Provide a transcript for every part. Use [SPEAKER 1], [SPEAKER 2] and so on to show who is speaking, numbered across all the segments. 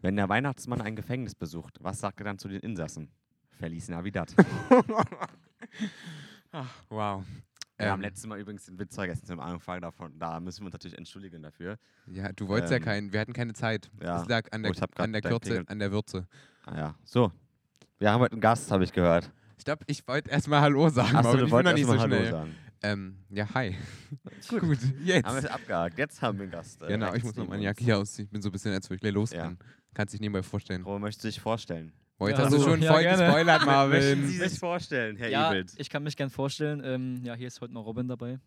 [SPEAKER 1] Wenn der Weihnachtsmann ein Gefängnis besucht, was sagt er dann zu den Insassen? Feliz Navidad.
[SPEAKER 2] Ach, wow.
[SPEAKER 1] Wir haben
[SPEAKER 2] Ähm,
[SPEAKER 1] letztes Mal übrigens den Witz vergessen zum Anfang davon. Da müssen wir uns natürlich entschuldigen dafür.
[SPEAKER 2] ja, du wolltest
[SPEAKER 1] ähm,
[SPEAKER 2] ja keinen, wir hatten keine Zeit.
[SPEAKER 1] ja.
[SPEAKER 2] Das lag an der,
[SPEAKER 1] Oh, ich hab grad
[SPEAKER 2] an der
[SPEAKER 1] dein
[SPEAKER 2] Kürze,
[SPEAKER 1] Pegel-
[SPEAKER 2] an der Würze.
[SPEAKER 1] Ah ja, so. Wir haben heute einen Gast, habe ich gehört.
[SPEAKER 2] Ich glaube, ich wollte erstmal Hallo sagen,
[SPEAKER 1] Achso,
[SPEAKER 2] aber
[SPEAKER 1] du
[SPEAKER 2] ich bin noch
[SPEAKER 1] wolltest
[SPEAKER 2] nicht so
[SPEAKER 1] erstmal Hallo
[SPEAKER 2] schnell.
[SPEAKER 1] sagen.
[SPEAKER 2] Ähm, ja, hi.
[SPEAKER 1] Gut.
[SPEAKER 2] Gut, jetzt.
[SPEAKER 1] Haben wir es abgehakt. Jetzt haben wir einen Gast. äh,
[SPEAKER 2] genau, ich
[SPEAKER 1] rechts
[SPEAKER 2] muss noch
[SPEAKER 1] neben
[SPEAKER 2] meine
[SPEAKER 1] uns.
[SPEAKER 2] Jacke hier ausziehen. Ich bin so ein bisschen, als würde ich gleich losrennen. Kannst dich nebenbei vorstellen.
[SPEAKER 1] Roman, möchtest du dich vorstellen?
[SPEAKER 2] Boah, jetzt
[SPEAKER 3] Ja,
[SPEAKER 2] hast du
[SPEAKER 3] hallo.
[SPEAKER 2] schon
[SPEAKER 3] Ja,
[SPEAKER 2] voll
[SPEAKER 3] gerne.
[SPEAKER 2] gespoilert,
[SPEAKER 1] Möchten Sie
[SPEAKER 2] Marvin.
[SPEAKER 1] sich vorstellen, Herr
[SPEAKER 3] ja,
[SPEAKER 1] Ebelt?
[SPEAKER 3] ich kann mich gern vorstellen. Ähm, ja, hier ist heute noch Robin dabei,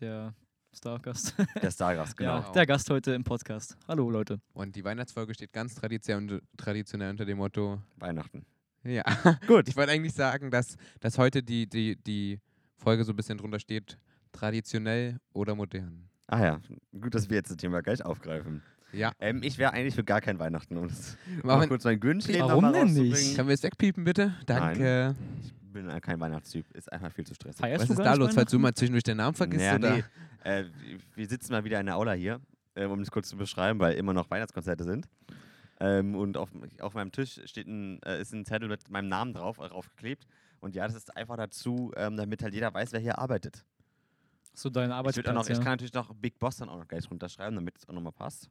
[SPEAKER 3] der Stargast.
[SPEAKER 1] Der Stargast, genau.
[SPEAKER 3] ja, der Gast heute im Podcast. Hallo Leute.
[SPEAKER 2] Und die Weihnachtsfolge steht ganz tradition traditionell unter dem Motto.
[SPEAKER 1] Weihnachten.
[SPEAKER 2] Ja,
[SPEAKER 1] Gut.
[SPEAKER 2] ich wollte eigentlich sagen, dass, dass heute die, die, die Folge so ein bisschen drunter steht: traditionell oder modern.
[SPEAKER 1] Ah ja, gut, dass wir jetzt das Thema gleich aufgreifen.
[SPEAKER 2] Ja.
[SPEAKER 1] Ähm, ich wäre eigentlich für gar kein Weihnachten, um das mal
[SPEAKER 2] Marvin,
[SPEAKER 1] kurz mein Grinch-Leben
[SPEAKER 3] Warum
[SPEAKER 1] nochmal
[SPEAKER 3] denn nicht?
[SPEAKER 1] rauszubringen.
[SPEAKER 2] Können wir es wegpiepen, bitte? Danke.
[SPEAKER 1] Ich bin äh, kein Weihnachtstyp, ist einfach viel zu stressig.
[SPEAKER 3] Feierst
[SPEAKER 2] Was
[SPEAKER 3] du
[SPEAKER 2] ist
[SPEAKER 3] gar
[SPEAKER 2] da
[SPEAKER 3] nicht
[SPEAKER 2] los, falls du
[SPEAKER 3] Weihnachten?
[SPEAKER 2] mal zwischendurch den Namen vergisst?
[SPEAKER 1] Naja,
[SPEAKER 2] oder?
[SPEAKER 1] nee, äh, w- wir sitzen mal wieder in der Aula hier, äh, um es kurz zu beschreiben, weil immer noch Weihnachtskonzerte sind. Ähm, und auf, auf meinem Tisch steht ein, äh, ist ein Zettel mit meinem Namen drauf, äh, draufgeklebt. Und ja, das ist einfach dazu, ähm, damit halt jeder weiß, wer hier arbeitet.
[SPEAKER 3] So deine
[SPEAKER 1] Ich, würd auch noch,
[SPEAKER 3] Arbeitsplatz.
[SPEAKER 1] ich kann
[SPEAKER 3] ja.
[SPEAKER 1] natürlich noch Big Boss dann auch noch gleich runterschreiben, damit es auch nochmal passt.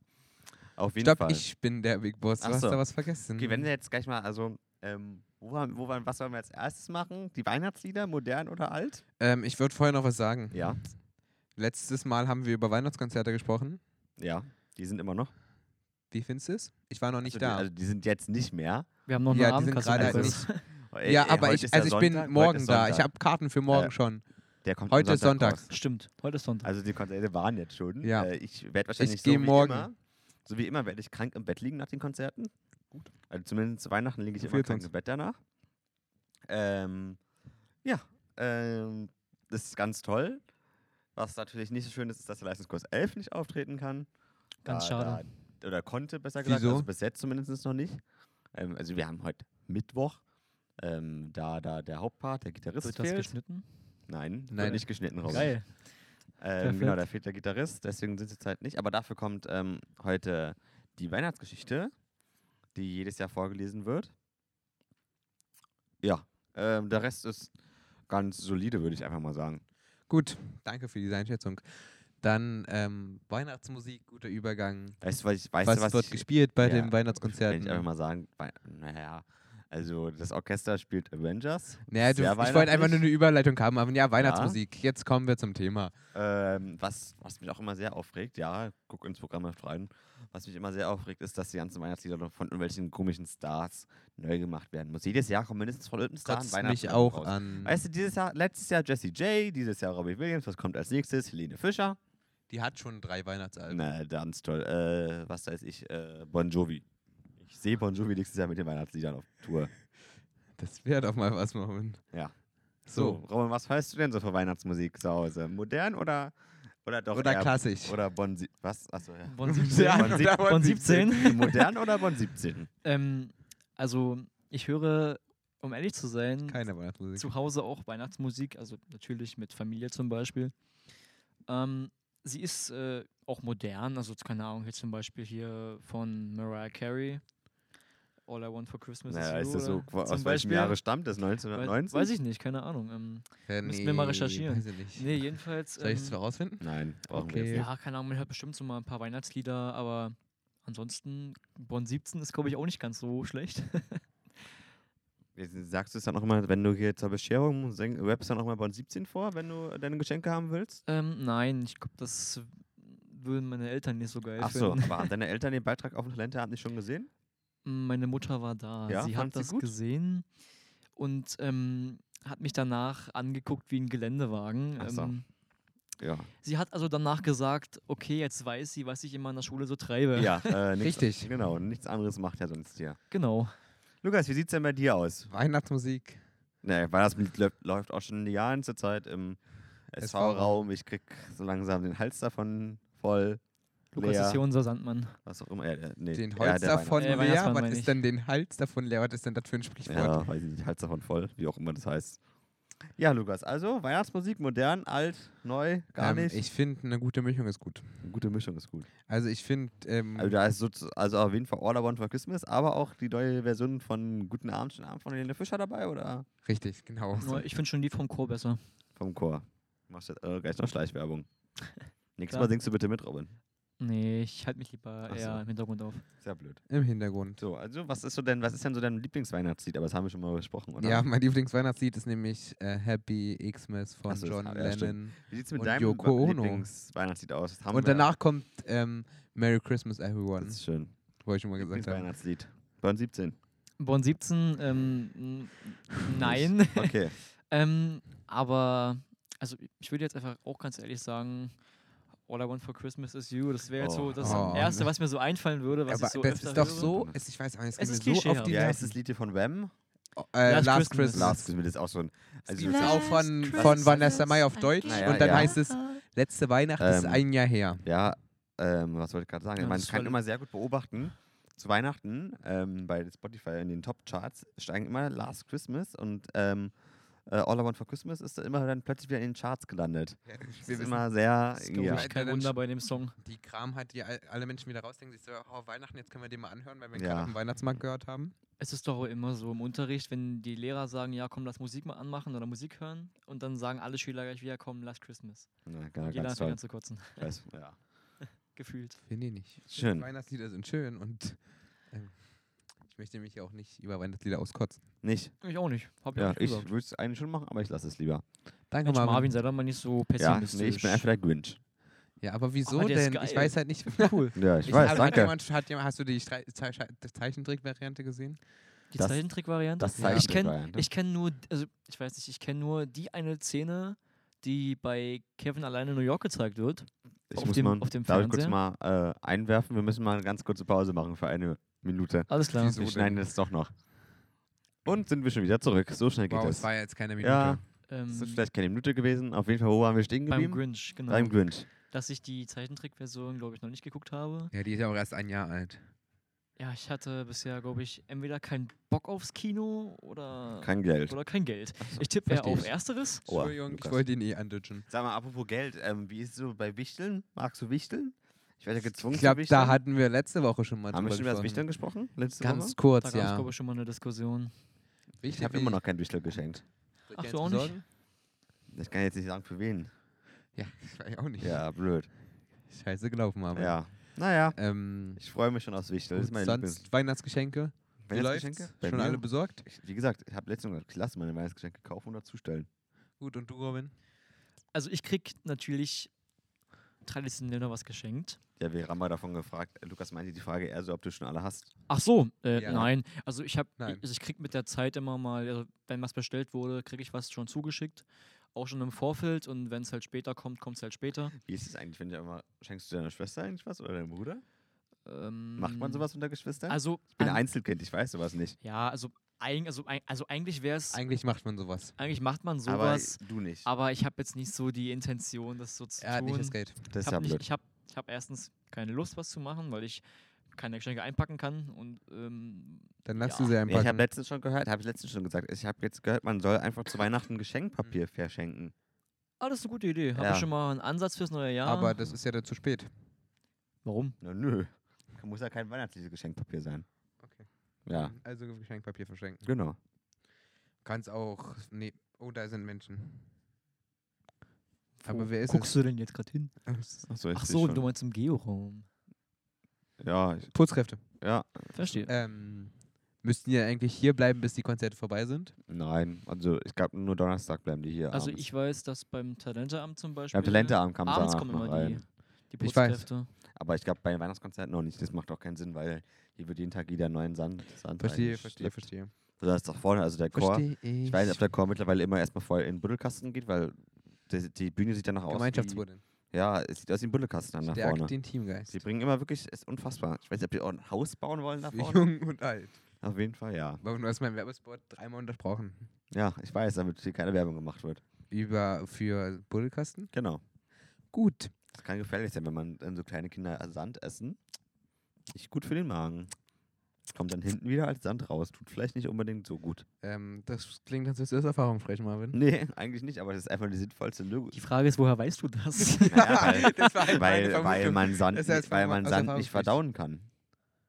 [SPEAKER 1] Auf jeden
[SPEAKER 2] Stopp,
[SPEAKER 1] Fall.
[SPEAKER 2] ich bin der Big Boss. Du
[SPEAKER 1] Ach
[SPEAKER 2] hast
[SPEAKER 1] so.
[SPEAKER 2] da was vergessen.
[SPEAKER 1] Okay, wenn wir jetzt gleich mal, also, ähm, wo, waren- wo, waren- was wollen wir als erstes machen? Die Weihnachtslieder, modern oder alt?
[SPEAKER 2] ähm, ich würde vorher noch was sagen.
[SPEAKER 1] Ja,
[SPEAKER 2] Letztes Mal haben wir über Weihnachtskonzerte gesprochen.
[SPEAKER 1] ja, die sind immer noch.
[SPEAKER 2] Wie findest du es? Ich war noch nicht
[SPEAKER 1] also,
[SPEAKER 2] da.
[SPEAKER 1] Die, also, die sind jetzt nicht mehr.
[SPEAKER 3] Wir haben noch eine
[SPEAKER 2] ja, die sind
[SPEAKER 3] Abendkasse.
[SPEAKER 2] gerade halt
[SPEAKER 3] übrigens.
[SPEAKER 2] nicht.
[SPEAKER 1] Ey,
[SPEAKER 2] Ja,
[SPEAKER 1] ey,
[SPEAKER 2] aber
[SPEAKER 1] äh, heute
[SPEAKER 2] ich,
[SPEAKER 1] ist der
[SPEAKER 2] also ich bin
[SPEAKER 1] Sonntag, heute
[SPEAKER 2] morgen
[SPEAKER 1] ist
[SPEAKER 2] da.
[SPEAKER 1] Sonntag.
[SPEAKER 2] Ich habe Karten für morgen
[SPEAKER 1] Äh,
[SPEAKER 2] schon.
[SPEAKER 1] Der kommt am
[SPEAKER 2] heute ist Sonntag.
[SPEAKER 1] raus.
[SPEAKER 3] Stimmt, heute ist Sonntag.
[SPEAKER 1] Also die Konzerte waren jetzt schon.
[SPEAKER 2] Ja.
[SPEAKER 1] Äh, ich werde wahrscheinlich
[SPEAKER 2] geh
[SPEAKER 1] so wie
[SPEAKER 2] morgen.
[SPEAKER 1] immer, so wie immer werde ich krank im Bett liegen nach den Konzerten. Gut. Also zumindest zu Weihnachten liege ich
[SPEAKER 2] Wie
[SPEAKER 1] immer
[SPEAKER 2] geht's
[SPEAKER 1] krank
[SPEAKER 2] uns?
[SPEAKER 1] im Bett danach. Ähm, ja, ähm, das ist ganz toll. Was natürlich nicht so schön ist, ist, dass der Leistungskurs 11 nicht auftreten kann.
[SPEAKER 3] Ganz schade.
[SPEAKER 1] Da, oder konnte, besser gesagt.
[SPEAKER 2] Wieso?
[SPEAKER 1] Also bis jetzt zumindest noch nicht. Ähm, also wir haben heute Mittwoch. Ähm, da, da der Hauptpart, der Gitarrist
[SPEAKER 3] Wird das
[SPEAKER 1] fehlt.
[SPEAKER 3] geschnitten?
[SPEAKER 1] Nein,
[SPEAKER 2] Nein.
[SPEAKER 1] wird nicht geschnitten
[SPEAKER 2] Oh.
[SPEAKER 1] raus.
[SPEAKER 3] Geil.
[SPEAKER 1] Ähm, genau,
[SPEAKER 3] Perfekt.
[SPEAKER 1] da fehlt der Gitarrist, deswegen sind es jetzt halt nicht. Aber dafür kommt ähm, heute die Weihnachtsgeschichte, die jedes Jahr vorgelesen wird. Ja, ähm, der Rest ist ganz solide, würde ich einfach mal sagen.
[SPEAKER 2] Gut, danke für diese Einschätzung. Dann ähm, Weihnachtsmusik, guter Übergang.
[SPEAKER 1] Weißt du, was ich, weißt
[SPEAKER 2] was,
[SPEAKER 1] du, was
[SPEAKER 2] wird
[SPEAKER 1] ich,
[SPEAKER 2] gespielt bei
[SPEAKER 1] Ja,
[SPEAKER 2] den
[SPEAKER 1] kann
[SPEAKER 2] Weihnachtskonzerten?
[SPEAKER 1] ich einfach mal sagen? Wei- Naja, also das Orchester spielt Avengers.
[SPEAKER 2] naja, du,
[SPEAKER 1] sehr
[SPEAKER 2] ich wollte einfach nur eine
[SPEAKER 1] weihnachtlich.
[SPEAKER 2] Überleitung haben, aber ja, Weihnachtsmusik. Jetzt kommen wir zum Thema.
[SPEAKER 1] Ähm, was, was mich auch immer sehr aufregt, ja, guck ins Programm oft rein. Was mich immer sehr aufregt, ist, dass die ganzen Weihnachtslieder noch von irgendwelchen komischen Stars neu gemacht werden muss. Jedes Jahr kommt mindestens von irgendeinem Star
[SPEAKER 2] Kotzt
[SPEAKER 1] ein
[SPEAKER 2] mich
[SPEAKER 1] Weihnachtslied
[SPEAKER 2] auch
[SPEAKER 1] raus.
[SPEAKER 2] an.
[SPEAKER 1] Weißt du, dieses Jahr, letztes Jahr Jesse J, dieses Jahr Robbie Williams, was kommt als nächstes? Helene Fischer.
[SPEAKER 2] Die hat schon drei Weihnachtsalben.
[SPEAKER 1] Na, ganz toll. Äh, was weiß ich, äh, Bon Jovi. Ich sehe Bon Jovi nächstes Jahr mit den Weihnachtsliedern auf Tour.
[SPEAKER 2] Das wäre doch mal was, Marvin.
[SPEAKER 1] Ja. So,
[SPEAKER 2] So.
[SPEAKER 1] Roman, was hörst du denn so für Weihnachtsmusik zu Hause? Modern oder, oder doch
[SPEAKER 2] Oder
[SPEAKER 1] eher-
[SPEAKER 2] klassisch.
[SPEAKER 1] Oder Bon... Sie- Was? Achso, ja.
[SPEAKER 3] Bon
[SPEAKER 1] Modern
[SPEAKER 3] 17.
[SPEAKER 1] oder
[SPEAKER 3] Bon 17.
[SPEAKER 1] Modern oder Bon 17?
[SPEAKER 3] ähm, also, ich höre, um ehrlich zu sein,
[SPEAKER 2] Keine Weihnachtsmusik.
[SPEAKER 3] zu Hause auch Weihnachtsmusik, also natürlich mit Familie zum Beispiel. Ähm, sie ist äh, auch modern, also keine Ahnung, jetzt zum Beispiel hier von Mariah Carey. All I Want for Christmas
[SPEAKER 1] Naja,
[SPEAKER 3] is
[SPEAKER 1] ist
[SPEAKER 3] You.
[SPEAKER 1] das so,
[SPEAKER 3] oder?
[SPEAKER 1] aus
[SPEAKER 3] zum
[SPEAKER 1] welchem
[SPEAKER 3] Beispiel?
[SPEAKER 1] Jahre stammt das?
[SPEAKER 3] Wei-
[SPEAKER 1] 1990?
[SPEAKER 3] Weiß ich nicht, keine Ahnung. Ähm,
[SPEAKER 2] Ja,
[SPEAKER 3] Müssen wir mal recherchieren.
[SPEAKER 2] Äh, Weiß ich nicht.
[SPEAKER 3] nee, jedenfalls.
[SPEAKER 2] Soll ich es
[SPEAKER 3] ähm,
[SPEAKER 2] rausfinden?
[SPEAKER 1] Nein, brauchen wir
[SPEAKER 2] Okay.
[SPEAKER 1] jetzt nicht.
[SPEAKER 3] ja, keine Ahnung, man hört bestimmt so mal ein paar Weihnachtslieder, aber ansonsten, Bonn 17 ist, glaube ich, auch nicht ganz so schlecht.
[SPEAKER 1] Jetzt Sagst du es dann auch immer, wenn du hier zur Bescherung sing, rappst dann auch mal Bon 17 vor, wenn du deine Geschenke haben willst?
[SPEAKER 3] ähm, nein, ich glaube, das würden meine Eltern nicht so geil
[SPEAKER 1] Achso,
[SPEAKER 3] finden.
[SPEAKER 1] aber haben deine Eltern den Beitrag auf dem Talenteabend nicht schon gesehen?
[SPEAKER 3] Meine Mutter war da.
[SPEAKER 1] Ja,
[SPEAKER 3] sie
[SPEAKER 1] fand
[SPEAKER 3] hat
[SPEAKER 1] sie
[SPEAKER 3] das
[SPEAKER 1] gut?
[SPEAKER 3] gesehen und ähm, hat mich danach angeguckt wie ein Geländewagen.
[SPEAKER 1] Ach so.
[SPEAKER 3] Ähm,
[SPEAKER 1] Ja.
[SPEAKER 3] sie hat also danach gesagt, okay, jetzt weiß sie, was ich immer in der Schule so treibe.
[SPEAKER 1] Ja, äh, nichts,
[SPEAKER 2] Richtig.
[SPEAKER 1] Genau, nichts anderes macht ja sonst hier.
[SPEAKER 3] Genau.
[SPEAKER 1] Lukas, wie sieht's denn bei dir aus?
[SPEAKER 2] Weihnachtsmusik.
[SPEAKER 1] Nee, Weihnachtslied lö- läuft auch schon in den Jahren zurzeit im SV-Raum. Ich krieg so langsam den Hals davon voll.
[SPEAKER 3] Lukas
[SPEAKER 1] leer.
[SPEAKER 3] ist hier unser Sandmann.
[SPEAKER 1] Was auch immer. Ja, der- nee,
[SPEAKER 2] Den
[SPEAKER 1] ja,
[SPEAKER 2] Holz
[SPEAKER 1] der
[SPEAKER 2] davon
[SPEAKER 3] Äh,
[SPEAKER 2] leer.
[SPEAKER 3] Weihnachtsmann
[SPEAKER 2] Was
[SPEAKER 3] meine
[SPEAKER 2] ist
[SPEAKER 3] ich.
[SPEAKER 2] denn den Hals davon leer? Was ist denn das für ein Sprichwort?
[SPEAKER 1] Ja, weiß ich nicht, Hals davon voll, wie auch immer das heißt. Ja, Lukas, also Weihnachtsmusik, modern, alt, neu, gar
[SPEAKER 2] Ähm,
[SPEAKER 1] nicht.
[SPEAKER 2] Ich finde, eine gute Mischung ist gut.
[SPEAKER 1] Eine gute Mischung ist gut.
[SPEAKER 2] Also ich finde, ähm,
[SPEAKER 1] Also da ist so, also auf jeden Fall All I Want for Christmas, aber auch die neue Version von Guten Abend, schönen Abend von Helene Fischer dabei oder
[SPEAKER 2] richtig, genau.
[SPEAKER 3] Nur ich finde schon die vom Chor besser.
[SPEAKER 1] vom Chor? Machst du äh, gleich noch Schleichwerbung. Nächstes
[SPEAKER 3] Klar.
[SPEAKER 1] Mal singst du bitte mit, Robin.
[SPEAKER 3] Nee, ich halte mich lieber
[SPEAKER 1] Ach so.
[SPEAKER 3] eher im Hintergrund auf.
[SPEAKER 1] Sehr blöd.
[SPEAKER 2] Im Hintergrund.
[SPEAKER 1] So, also was ist so denn, was ist denn so dein Lieblingsweihnachtslied? Aber das haben wir schon mal besprochen, oder?
[SPEAKER 2] Ja, mein Lieblingsweihnachtslied ist nämlich äh, Happy Xmas von
[SPEAKER 1] Achso, das
[SPEAKER 2] John
[SPEAKER 1] hab- ja, stimmt.
[SPEAKER 2] Lennon.
[SPEAKER 1] Wie sieht's mit
[SPEAKER 2] Und
[SPEAKER 1] deinem
[SPEAKER 2] Yoko Ono.
[SPEAKER 1] Lieblingsweihnachtslied aus? Das haben
[SPEAKER 2] Und
[SPEAKER 1] wir-
[SPEAKER 2] danach kommt ähm, Merry Christmas Everyone,
[SPEAKER 1] das ist schön.
[SPEAKER 2] wollte ich schon mal gesagt haben.
[SPEAKER 1] Lieblingsweihnachtslied. Born 17.
[SPEAKER 3] Bonn 17, ähm, n- nein.
[SPEAKER 1] Okay.
[SPEAKER 3] Ähm, aber, also ich würde jetzt einfach auch ganz ehrlich sagen, All I Want for Christmas is You. Das wäre jetzt so
[SPEAKER 1] Oh.
[SPEAKER 3] das
[SPEAKER 2] Oh,
[SPEAKER 3] Erste,
[SPEAKER 2] ne?
[SPEAKER 3] was mir so einfallen würde, was
[SPEAKER 2] Aber
[SPEAKER 3] ich so
[SPEAKER 2] das
[SPEAKER 3] öfter
[SPEAKER 2] ist doch
[SPEAKER 3] höre. ne?
[SPEAKER 2] so, es, ich weiß auch nicht, es,
[SPEAKER 3] Es
[SPEAKER 2] geht
[SPEAKER 3] ist
[SPEAKER 2] mir so auf
[SPEAKER 3] klischeehaft.
[SPEAKER 2] die
[SPEAKER 1] Wie heißt
[SPEAKER 2] Nerven.
[SPEAKER 1] das Lied hier von Wham?
[SPEAKER 2] Äh, Last
[SPEAKER 3] Last Christmas.
[SPEAKER 2] Christmas.
[SPEAKER 1] Last Christmas ist auch so ein. Also
[SPEAKER 2] Das ist auch von,
[SPEAKER 1] Was
[SPEAKER 2] von
[SPEAKER 1] ist-
[SPEAKER 2] Vanessa Mai auf Deutsch.
[SPEAKER 1] Na ja,
[SPEAKER 2] und dann
[SPEAKER 1] ja.
[SPEAKER 2] heißt es, letzte Weihnacht ist
[SPEAKER 1] Ähm,
[SPEAKER 2] ein Jahr her.
[SPEAKER 1] Ja, ähm, was wollte ich gerade sagen?
[SPEAKER 3] Ja,
[SPEAKER 1] Man
[SPEAKER 3] das
[SPEAKER 1] kann
[SPEAKER 3] soll-
[SPEAKER 1] immer sehr gut beobachten. Zu Weihnachten ähm, bei Spotify in den Top-Charts steigen immer Last Christmas und ähm, äh, All I Want for Christmas ist da immer dann plötzlich wieder in den Charts gelandet. Das ist immer sehr.
[SPEAKER 3] Das ist, glaub
[SPEAKER 1] Ja.
[SPEAKER 3] ich, kein
[SPEAKER 2] Dann-
[SPEAKER 3] Wunder bei dem Song.
[SPEAKER 2] die Kram hat, die all- alle Menschen wieder rausdenken, sich so, oh, Weihnachten, jetzt können wir den mal anhören, weil wir ihn
[SPEAKER 1] Ja.
[SPEAKER 2] gerade am Weihnachtsmarkt gehört haben.
[SPEAKER 3] Es ist doch auch immer so im Unterricht, wenn die Lehrer sagen, ja, komm, lass Musik mal anmachen oder Musik hören. Und dann sagen alle Schüler gleich wieder, komm, lass Christmas.
[SPEAKER 1] Ja, ganz,
[SPEAKER 3] Jeder
[SPEAKER 1] ganz
[SPEAKER 3] hat wieder
[SPEAKER 1] toll.
[SPEAKER 3] zu kotzen.
[SPEAKER 1] Ich weiß, ja.
[SPEAKER 3] Gefühlt.
[SPEAKER 2] Finde ich nicht.
[SPEAKER 1] Schön.
[SPEAKER 2] Weihnachtslieder sind schön und ähm, ich möchte mich auch nicht über Weihnachtslieder auskotzen.
[SPEAKER 1] Nicht.
[SPEAKER 3] Ich auch nicht. Hab ja,
[SPEAKER 1] Ja,
[SPEAKER 3] auch
[SPEAKER 1] ich
[SPEAKER 3] nicht gesagt.
[SPEAKER 1] würde es eigentlich schon machen, aber ich lasse es lieber.
[SPEAKER 2] Danke,
[SPEAKER 3] Mensch,
[SPEAKER 2] Marvin.
[SPEAKER 3] Marvin, sei doch mal nicht so
[SPEAKER 1] Ja,
[SPEAKER 3] pessimistisch.
[SPEAKER 1] nee, ich bin einfach der Grinch.
[SPEAKER 2] Ja, aber wieso
[SPEAKER 1] Oh,
[SPEAKER 3] Aber der ist
[SPEAKER 2] denn?
[SPEAKER 3] geil.
[SPEAKER 2] Ich weiß halt nicht.
[SPEAKER 3] cool.
[SPEAKER 1] Ja, ich,
[SPEAKER 2] Ich-
[SPEAKER 1] weiß,
[SPEAKER 2] also hat
[SPEAKER 1] danke.
[SPEAKER 2] jemand, hat jemand, hast du die Strei- Zei- Zei- Zeichentrick-Variante gesehen?
[SPEAKER 3] Die
[SPEAKER 1] Das-
[SPEAKER 3] Zeichentrick-Variante?
[SPEAKER 1] das
[SPEAKER 2] Ja.
[SPEAKER 3] Ich kenne
[SPEAKER 1] Zeichentrick-Variante.
[SPEAKER 3] ich kenn nur, also ich weiß nicht, ich kenne nur die eine Szene, die bei Kevin alleine in New York gezeigt wird.
[SPEAKER 1] Ich
[SPEAKER 3] auf
[SPEAKER 1] muss
[SPEAKER 3] dem-
[SPEAKER 1] mal,
[SPEAKER 3] auf dem
[SPEAKER 1] darf ich kurz
[SPEAKER 3] Fernseher?
[SPEAKER 1] mal äh, einwerfen? Wir müssen mal eine ganz kurze Pause machen für eine Minute.
[SPEAKER 3] Alles klar.
[SPEAKER 2] Wieso?
[SPEAKER 1] Wir
[SPEAKER 2] denn?
[SPEAKER 1] schneiden es doch noch. Und sind wir schon wieder zurück. So schnell geht
[SPEAKER 2] Wow,
[SPEAKER 1] es.
[SPEAKER 2] es war ja jetzt keine Minute.
[SPEAKER 1] Ja,
[SPEAKER 3] Ähm,
[SPEAKER 1] es ist vielleicht keine Minute gewesen. Auf jeden Fall, wo waren wir stehen
[SPEAKER 3] beim
[SPEAKER 1] geblieben?
[SPEAKER 3] Grinch, genau.
[SPEAKER 2] ne?
[SPEAKER 1] Beim Grinch.
[SPEAKER 3] Dass ich die Zeichentrick-Version, glaube ich, noch nicht geguckt habe.
[SPEAKER 2] Ja, die ist ja auch erst ein Jahr alt.
[SPEAKER 3] Ja, ich hatte bisher, glaube ich, entweder keinen Bock aufs Kino oder
[SPEAKER 1] Kein Geld.
[SPEAKER 3] oder kein Geld.
[SPEAKER 1] Ach so,
[SPEAKER 3] Ich tippe eher
[SPEAKER 2] verstehe
[SPEAKER 3] auf
[SPEAKER 2] ich.
[SPEAKER 3] Ersteres.
[SPEAKER 1] Oha,
[SPEAKER 2] Entschuldigung, ich
[SPEAKER 1] Lukas.
[SPEAKER 2] wollte ihn eh anditschen.
[SPEAKER 1] Sag mal, apropos Geld, ähm, wie ist es so bei Wichteln? Magst du Wichteln? Ich werde ja gezwungen
[SPEAKER 2] Ich glaube,
[SPEAKER 1] zu wichteln.
[SPEAKER 2] da hatten wir letzte Woche schon mal
[SPEAKER 1] Haben wir
[SPEAKER 2] drüber
[SPEAKER 1] schon über das Wichteln
[SPEAKER 2] gesprochen.
[SPEAKER 1] gesprochen? Letzte
[SPEAKER 2] Ganz
[SPEAKER 1] Woche?
[SPEAKER 3] Da
[SPEAKER 2] kurz,
[SPEAKER 3] gab es,
[SPEAKER 2] ja.
[SPEAKER 3] glaube ich, schon mal eine Diskussion.
[SPEAKER 1] Ich habe immer noch kein Wichtel geschenkt.
[SPEAKER 3] Ach, du auch nicht?
[SPEAKER 1] Ich kann jetzt nicht sagen, für wen.
[SPEAKER 2] Ja, ich weiß auch nicht.
[SPEAKER 1] Ja, blöd.
[SPEAKER 2] Scheiße gelaufen haben.
[SPEAKER 1] Ja. Naja,
[SPEAKER 2] Ähm,
[SPEAKER 1] ich freue mich schon aufs Wichteln. Das ist mein
[SPEAKER 2] gut,
[SPEAKER 1] Lieblings.
[SPEAKER 2] sonst Weihnachtsgeschenke. Wie läuft's?
[SPEAKER 1] Weihnachtsgeschenke? Bei
[SPEAKER 2] Schon
[SPEAKER 1] mir?
[SPEAKER 2] alle besorgt?
[SPEAKER 1] Ich, wie gesagt, ich habe letztens gesagt, klasse, meine Weihnachtsgeschenke kaufen oder zustellen.
[SPEAKER 2] Gut, und du, Robin?
[SPEAKER 3] Also ich krieg natürlich traditionell noch was geschenkt.
[SPEAKER 1] Ja, wir haben mal davon gefragt. äh, Lukas meinte die Frage eher so, ob du schon alle hast.
[SPEAKER 3] Ach so, äh,
[SPEAKER 2] Ja.
[SPEAKER 3] nein. Also ich habe,
[SPEAKER 2] Nein.
[SPEAKER 3] also ich krieg mit der Zeit immer mal, also wenn was bestellt wurde, krieg ich was schon zugeschickt, auch schon im Vorfeld und wenn es halt später kommt, kommt es halt später.
[SPEAKER 1] Wie ist es eigentlich, wenn du immer, schenkst du deiner Schwester eigentlich was oder deinem Bruder?
[SPEAKER 3] Ähm,
[SPEAKER 1] Macht man sowas unter Geschwistern?
[SPEAKER 3] Also
[SPEAKER 1] ich bin
[SPEAKER 3] an-
[SPEAKER 1] Einzelkind, ich weiß sowas nicht.
[SPEAKER 3] ja, also eig, also, eig, also eigentlich wäre es,
[SPEAKER 2] Eigentlich macht man sowas.
[SPEAKER 3] eigentlich macht man
[SPEAKER 1] aber
[SPEAKER 3] sowas,
[SPEAKER 1] du nicht.
[SPEAKER 3] aber, ich habe jetzt nicht so die Intention, das so zu
[SPEAKER 2] Er hat
[SPEAKER 3] tun.
[SPEAKER 2] nicht das Geld.
[SPEAKER 1] das
[SPEAKER 3] ich
[SPEAKER 1] ist ja
[SPEAKER 3] habe
[SPEAKER 1] blöd.
[SPEAKER 3] ich hab, ich hab erstens keine Lust, was zu machen, weil ich keine Geschenke einpacken kann und ähm,
[SPEAKER 2] Dann lass
[SPEAKER 3] Ja.
[SPEAKER 2] du sie
[SPEAKER 1] Nee, ich habe
[SPEAKER 2] einpacken.
[SPEAKER 1] letztens schon gehört, habe ich letztens schon gesagt, ich habe jetzt gehört, man soll einfach zu Weihnachten
[SPEAKER 3] Mm.
[SPEAKER 1] Geschenkpapier verschenken.
[SPEAKER 3] Ah, das ist eine gute Idee. Habe
[SPEAKER 1] Ja.
[SPEAKER 3] ich schon mal einen Ansatz fürs neue Jahr.
[SPEAKER 2] Aber das ist ja dann zu spät.
[SPEAKER 3] Warum?
[SPEAKER 1] Na nö. Muss ja kein weihnachtliches Geschenkpapier sein.
[SPEAKER 2] Okay.
[SPEAKER 1] Ja,
[SPEAKER 2] Also Geschenkpapier verschenken.
[SPEAKER 1] genau.
[SPEAKER 2] Kannst auch. Nee. Oh, da sind Menschen.
[SPEAKER 3] Wo
[SPEAKER 2] Aber wer ist
[SPEAKER 3] guckst du denn jetzt gerade hin?
[SPEAKER 2] es?
[SPEAKER 1] Ach so, ich
[SPEAKER 3] Ach
[SPEAKER 1] seh
[SPEAKER 3] so,
[SPEAKER 1] schon.
[SPEAKER 3] du meinst im Georaum.
[SPEAKER 1] Ja, ich,
[SPEAKER 2] Putzkräfte.
[SPEAKER 1] ja.
[SPEAKER 3] Verstehe.
[SPEAKER 2] Ähm, müssten ja eigentlich hier bleiben, bis die Konzerte vorbei sind.
[SPEAKER 1] Nein, also ich glaube nur Donnerstag bleiben die hier.
[SPEAKER 3] also
[SPEAKER 1] abends.
[SPEAKER 3] ich weiß, dass beim Talenteamt zum Beispiel.
[SPEAKER 1] Ja, Talenteabend kam
[SPEAKER 3] abends
[SPEAKER 1] danach
[SPEAKER 3] kommen
[SPEAKER 1] noch
[SPEAKER 3] immer die,
[SPEAKER 1] rein.
[SPEAKER 3] die
[SPEAKER 2] Ich weiß.
[SPEAKER 3] Putzkräfte.
[SPEAKER 1] Aber ich glaube, bei den Weihnachtskonzerten noch nicht. Das macht auch keinen Sinn, weil hier wird jeden Tag jeder neuen Sand. Sand
[SPEAKER 2] Verstehe, verstehe,
[SPEAKER 1] eingeschleppt.
[SPEAKER 2] verstehe.
[SPEAKER 1] Also das ist doch vorne, also der Chor.
[SPEAKER 2] Verstehe ich.
[SPEAKER 1] Ich weiß nicht, ob der Chor mittlerweile immer erstmal voll in den Buddelkasten geht, weil die, die Bühne sieht danach aus. wie-
[SPEAKER 2] Gemeinschaftsbrunnen.
[SPEAKER 1] Ja, es sieht aus wie ein Buddelkasten dann nach
[SPEAKER 2] Stärkt
[SPEAKER 1] vorne.
[SPEAKER 2] den Teamgeist.
[SPEAKER 1] Sie bringen immer wirklich, ist unfassbar. Ich weiß nicht, ob die auch ein Haus bauen wollen da
[SPEAKER 2] Für
[SPEAKER 1] vorne.
[SPEAKER 2] jung und alt.
[SPEAKER 1] Auf jeden Fall, ja.
[SPEAKER 2] Aber du hast meinen Werbespot dreimal unterbrochen.
[SPEAKER 1] Ja, ich weiß, damit hier keine Werbung gemacht wird.
[SPEAKER 2] Über für Buddelkasten?
[SPEAKER 1] Genau.
[SPEAKER 2] Gut.
[SPEAKER 1] Das kann gefährlich sein, wenn man dann so kleine Kinder Sand essen. Nicht gut für den Magen. Kommt dann hinten wieder als Sand raus. Tut vielleicht nicht unbedingt so gut.
[SPEAKER 2] Ähm, das klingt, als würdest du aus Erfahrung sprechen, Marvin.
[SPEAKER 1] Nee, eigentlich nicht, aber das ist einfach die sinnvollste Lösung.
[SPEAKER 3] Die Frage ist, woher weißt du das?
[SPEAKER 1] Naja, weil,
[SPEAKER 2] Das war halt meine
[SPEAKER 1] weil, weil
[SPEAKER 2] Vermutung.
[SPEAKER 1] man Sand,
[SPEAKER 2] Das
[SPEAKER 1] nicht,
[SPEAKER 2] heißt,
[SPEAKER 1] weil
[SPEAKER 2] wenn man
[SPEAKER 1] man
[SPEAKER 2] aus
[SPEAKER 1] Sand
[SPEAKER 2] Erfahrung
[SPEAKER 1] nicht
[SPEAKER 2] spricht.
[SPEAKER 1] verdauen kann.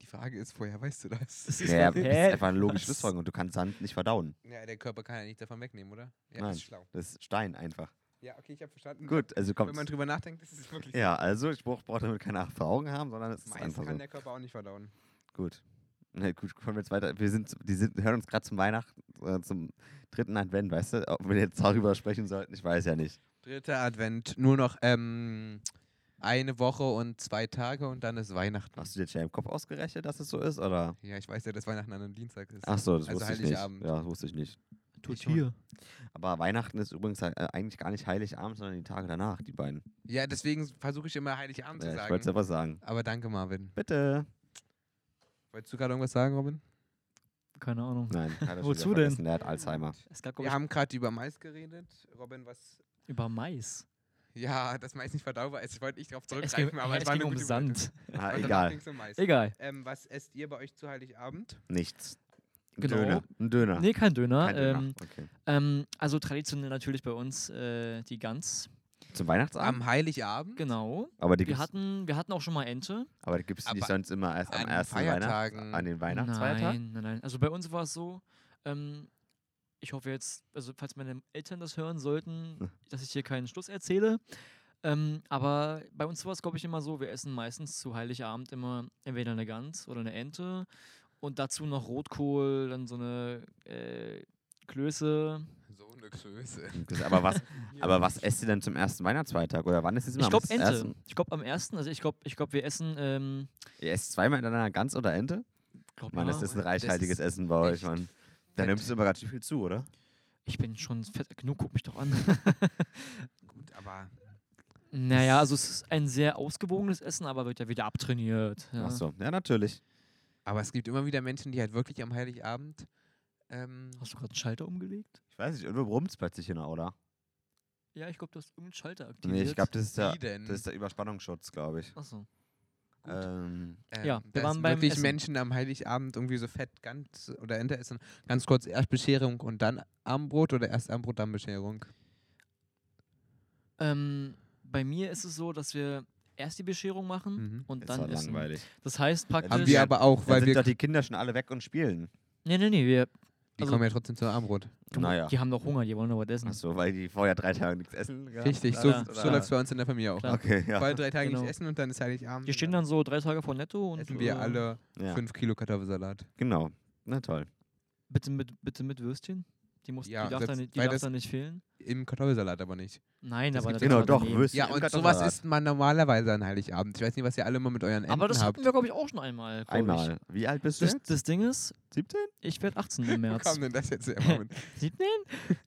[SPEAKER 2] Die Frage ist, woher weißt du das?
[SPEAKER 3] Das ist
[SPEAKER 1] Ja,
[SPEAKER 3] doch-
[SPEAKER 1] das ist
[SPEAKER 3] Hä?
[SPEAKER 1] einfach eine logische
[SPEAKER 3] Was?
[SPEAKER 1] Schlussfolgerung. und Du kannst Sand nicht verdauen.
[SPEAKER 2] Ja, der Körper kann ja nicht davon wegnehmen, oder? Ja,
[SPEAKER 1] Nein.
[SPEAKER 2] das ist schlau.
[SPEAKER 1] Das ist Stein einfach.
[SPEAKER 2] Ja, okay, ich habe verstanden.
[SPEAKER 1] Gut, also
[SPEAKER 2] Wenn
[SPEAKER 1] kommt.
[SPEAKER 2] man drüber nachdenkt, ist es wirklich
[SPEAKER 1] Ja, also ich brauche brauch damit keine Erfahrung haben, sondern es
[SPEAKER 2] so.
[SPEAKER 1] ist
[SPEAKER 2] Meist
[SPEAKER 1] einfach
[SPEAKER 2] kann
[SPEAKER 1] so.
[SPEAKER 2] der Körper auch nicht verdauen.
[SPEAKER 1] Gut. Na gut, kommen wir jetzt weiter. Wir sind, die sind, hören uns gerade zum Weihnachten, äh, zum dritten Advent, weißt du? Ob wir jetzt darüber sprechen sollten, ich weiß ja nicht.
[SPEAKER 2] Dritter Advent. Nur noch ähm, eine Woche und zwei Tage und dann ist Weihnachten.
[SPEAKER 1] Hast du dir jetzt ja im Kopf ausgerechnet, dass es so ist? Oder?
[SPEAKER 2] Ja, ich weiß ja, dass Weihnachten an einem Dienstag ist.
[SPEAKER 1] Ach so, das
[SPEAKER 2] Also
[SPEAKER 1] wusste ich nicht.
[SPEAKER 2] Heiligabend.
[SPEAKER 1] Ja, das wusste ich nicht.
[SPEAKER 3] Tut
[SPEAKER 2] schon.
[SPEAKER 3] hier.
[SPEAKER 1] Aber Weihnachten ist übrigens äh, eigentlich gar nicht Heiligabend, sondern die Tage danach, die beiden.
[SPEAKER 2] Ja, deswegen versuche ich immer Heiligabend
[SPEAKER 1] Ja,
[SPEAKER 2] zu
[SPEAKER 1] ich
[SPEAKER 2] sagen.
[SPEAKER 1] wollte es aber sagen.
[SPEAKER 2] aber danke, Marvin.
[SPEAKER 1] Bitte.
[SPEAKER 2] Wolltest du gerade irgendwas sagen, Robin?
[SPEAKER 3] Keine Ahnung.
[SPEAKER 1] Nein, hat er schon
[SPEAKER 3] Wozu
[SPEAKER 1] wieder
[SPEAKER 3] denn?
[SPEAKER 1] vergessen, Der hat Alzheimer.
[SPEAKER 3] Es gab, glaub
[SPEAKER 2] Wir haben gerade über Mais geredet. Robin, was.
[SPEAKER 3] ich, über Mais.
[SPEAKER 2] Ja, das Mais nicht verdaubar ist. Ich wollte nicht darauf
[SPEAKER 3] Es ging,
[SPEAKER 2] zurückgreifen, aber
[SPEAKER 3] es
[SPEAKER 2] es war
[SPEAKER 3] ging
[SPEAKER 2] eine
[SPEAKER 3] um
[SPEAKER 2] gute
[SPEAKER 3] Sand.
[SPEAKER 1] Ah,
[SPEAKER 2] Überleitung. Und danach
[SPEAKER 1] egal,
[SPEAKER 2] ging's um Mais.
[SPEAKER 3] Egal.
[SPEAKER 2] Ähm, was esst ihr bei euch zu Heiligabend?
[SPEAKER 1] nichts. Ein
[SPEAKER 3] Genau.
[SPEAKER 1] Döner. Ein Döner.
[SPEAKER 3] Nee, kein Döner.
[SPEAKER 1] Kein Döner.
[SPEAKER 3] ähm,
[SPEAKER 1] okay.
[SPEAKER 3] ähm, also traditionell natürlich bei uns äh, die Gans.
[SPEAKER 1] Zum Weihnachtsabend?
[SPEAKER 2] Am Heiligabend?
[SPEAKER 3] Genau.
[SPEAKER 1] Aber die
[SPEAKER 3] Wir
[SPEAKER 1] gibt's,
[SPEAKER 3] hatten, wir hatten auch schon mal Ente.
[SPEAKER 1] aber die gibt's nicht
[SPEAKER 2] Aber
[SPEAKER 1] sonst immer erst am
[SPEAKER 2] an
[SPEAKER 1] ersten
[SPEAKER 2] Feiertagen.
[SPEAKER 1] Weihnachts an den Weihnachtsfeiertagen?
[SPEAKER 3] Nein, nein, nein. Also bei uns war es so, ähm, ich hoffe jetzt, also falls meine Eltern das hören
[SPEAKER 1] Hm.
[SPEAKER 3] sollten, dass ich hier keinen Schluss erzähle. Ähm, aber bei uns war es, glaube ich, immer so, wir essen meistens zu Heiligabend immer entweder eine Gans oder eine Ente und dazu noch Rotkohl, dann so eine äh, Klöße.
[SPEAKER 2] So eine Größe.
[SPEAKER 1] Aber was, aber was esst ihr denn zum ersten Weihnachtsfeiertag? Oder wann ist es immer?
[SPEAKER 3] Ich
[SPEAKER 1] Am
[SPEAKER 3] glaube Ente.
[SPEAKER 1] ersten-
[SPEAKER 3] Ich glaube am ersten, also ich glaube, ich glaub, wir essen, ähm,
[SPEAKER 1] Ihr esst zweimal hintereich Gans oder Ente?
[SPEAKER 3] glaub,
[SPEAKER 1] Mann, das
[SPEAKER 3] ja,
[SPEAKER 1] ist ein
[SPEAKER 2] das
[SPEAKER 1] reichhaltiges
[SPEAKER 2] ist
[SPEAKER 1] Essen bei euch,
[SPEAKER 2] echt
[SPEAKER 1] Mann. Da
[SPEAKER 2] fett.
[SPEAKER 1] nimmst du aber ganz schön viel zu, oder?
[SPEAKER 3] ich bin schon fett genug, guck mich doch an.
[SPEAKER 2] Gut, aber
[SPEAKER 3] Naja, also es ist ein sehr ausgewogenes Essen, aber wird ja wieder abtrainiert. Ja.
[SPEAKER 1] Ach so, ja, natürlich.
[SPEAKER 2] Aber es gibt immer wieder Menschen, die halt wirklich am Heiligabend. Ähm,
[SPEAKER 3] Hast du gerade einen Schalter umgelegt?
[SPEAKER 1] Ich weiß nicht, irgendwo brummt es plötzlich in der Oder?
[SPEAKER 3] Ja, ich glaube, du hast irgendeinen Schalter aktiviert.
[SPEAKER 1] Nee, ich glaube, das, ist der-
[SPEAKER 2] Wie denn?
[SPEAKER 1] das ist der Überspannungsschutz, glaube ich.
[SPEAKER 3] Achso. Gut.
[SPEAKER 1] Ähm,
[SPEAKER 2] ähm,
[SPEAKER 3] ja, wir
[SPEAKER 2] dass
[SPEAKER 3] waren beim
[SPEAKER 2] wirklich
[SPEAKER 3] Essen.
[SPEAKER 2] Menschen am Heiligabend irgendwie so fett ganz oder Ente essen. Ganz kurz erst Bescherung und dann Armbrot oder erst Armbrot, dann Bescherung.
[SPEAKER 3] Ähm, bei mir ist es so, dass wir erst die Bescherung machen
[SPEAKER 2] Mhm.
[SPEAKER 3] und
[SPEAKER 1] ist
[SPEAKER 3] dann
[SPEAKER 1] doch
[SPEAKER 3] essen.
[SPEAKER 1] langweilig.
[SPEAKER 3] Das heißt praktisch.
[SPEAKER 2] Haben
[SPEAKER 1] ist
[SPEAKER 2] wir
[SPEAKER 1] ja-
[SPEAKER 2] aber auch,
[SPEAKER 1] Dann
[SPEAKER 2] weil
[SPEAKER 1] sind
[SPEAKER 2] wir.
[SPEAKER 1] doch die Kinder schon alle weg und spielen.
[SPEAKER 3] nee, nee, nee, wir.
[SPEAKER 2] Die
[SPEAKER 3] also-
[SPEAKER 2] kommen ja trotzdem zu Armbrot.
[SPEAKER 1] Naja.
[SPEAKER 3] Die haben doch Hunger, die wollen doch was essen.
[SPEAKER 1] Achso, weil die vorher drei Tage nichts essen. gehabt
[SPEAKER 2] Richtig,
[SPEAKER 1] haben,
[SPEAKER 2] so,
[SPEAKER 3] Ja.
[SPEAKER 2] so läuft es bei uns in der Familie auch.
[SPEAKER 3] Klar.
[SPEAKER 1] Okay, ja.
[SPEAKER 2] Vor drei Tagen
[SPEAKER 3] Genau.
[SPEAKER 2] nicht essen und dann ist Heiligabend.
[SPEAKER 3] Die stehen
[SPEAKER 2] und
[SPEAKER 3] dann so drei Tage vor Netto und.
[SPEAKER 2] Essen wir
[SPEAKER 3] äh,
[SPEAKER 2] alle
[SPEAKER 1] ja.
[SPEAKER 2] 5 Kilo Kartoffelsalat.
[SPEAKER 1] Genau. Na toll.
[SPEAKER 3] Bitte mit, bitte mit Würstchen. Die, muss,
[SPEAKER 2] Ja,
[SPEAKER 3] die darf,
[SPEAKER 2] selbst-
[SPEAKER 3] da nicht, die
[SPEAKER 2] weil
[SPEAKER 3] darf
[SPEAKER 2] das-
[SPEAKER 3] da nicht fehlen.
[SPEAKER 2] Im Kartoffelsalat aber nicht.
[SPEAKER 3] Nein,
[SPEAKER 2] das
[SPEAKER 3] aber
[SPEAKER 2] gibt's-
[SPEAKER 3] das
[SPEAKER 1] Genau,
[SPEAKER 3] war
[SPEAKER 1] doch,
[SPEAKER 3] daneben.
[SPEAKER 1] Würstchen.
[SPEAKER 2] Ja,
[SPEAKER 1] im
[SPEAKER 2] und sowas
[SPEAKER 1] Kartoffelsalat.
[SPEAKER 2] isst man normalerweise an Heiligabend. Ich weiß nicht, was ihr alle immer mit euren Enten
[SPEAKER 3] Aber das
[SPEAKER 2] habt.
[SPEAKER 3] hatten wir, glaube ich, auch schon einmal. glaub
[SPEAKER 1] Einmal. Wie alt
[SPEAKER 3] Ich.
[SPEAKER 1] bist du?
[SPEAKER 3] Das,
[SPEAKER 1] Jetzt?
[SPEAKER 3] das Ding ist,
[SPEAKER 1] 17?
[SPEAKER 3] ich werde 18 im
[SPEAKER 2] Wo
[SPEAKER 3] März.
[SPEAKER 2] kam denn das jetzt her? Marvin?
[SPEAKER 3] 17?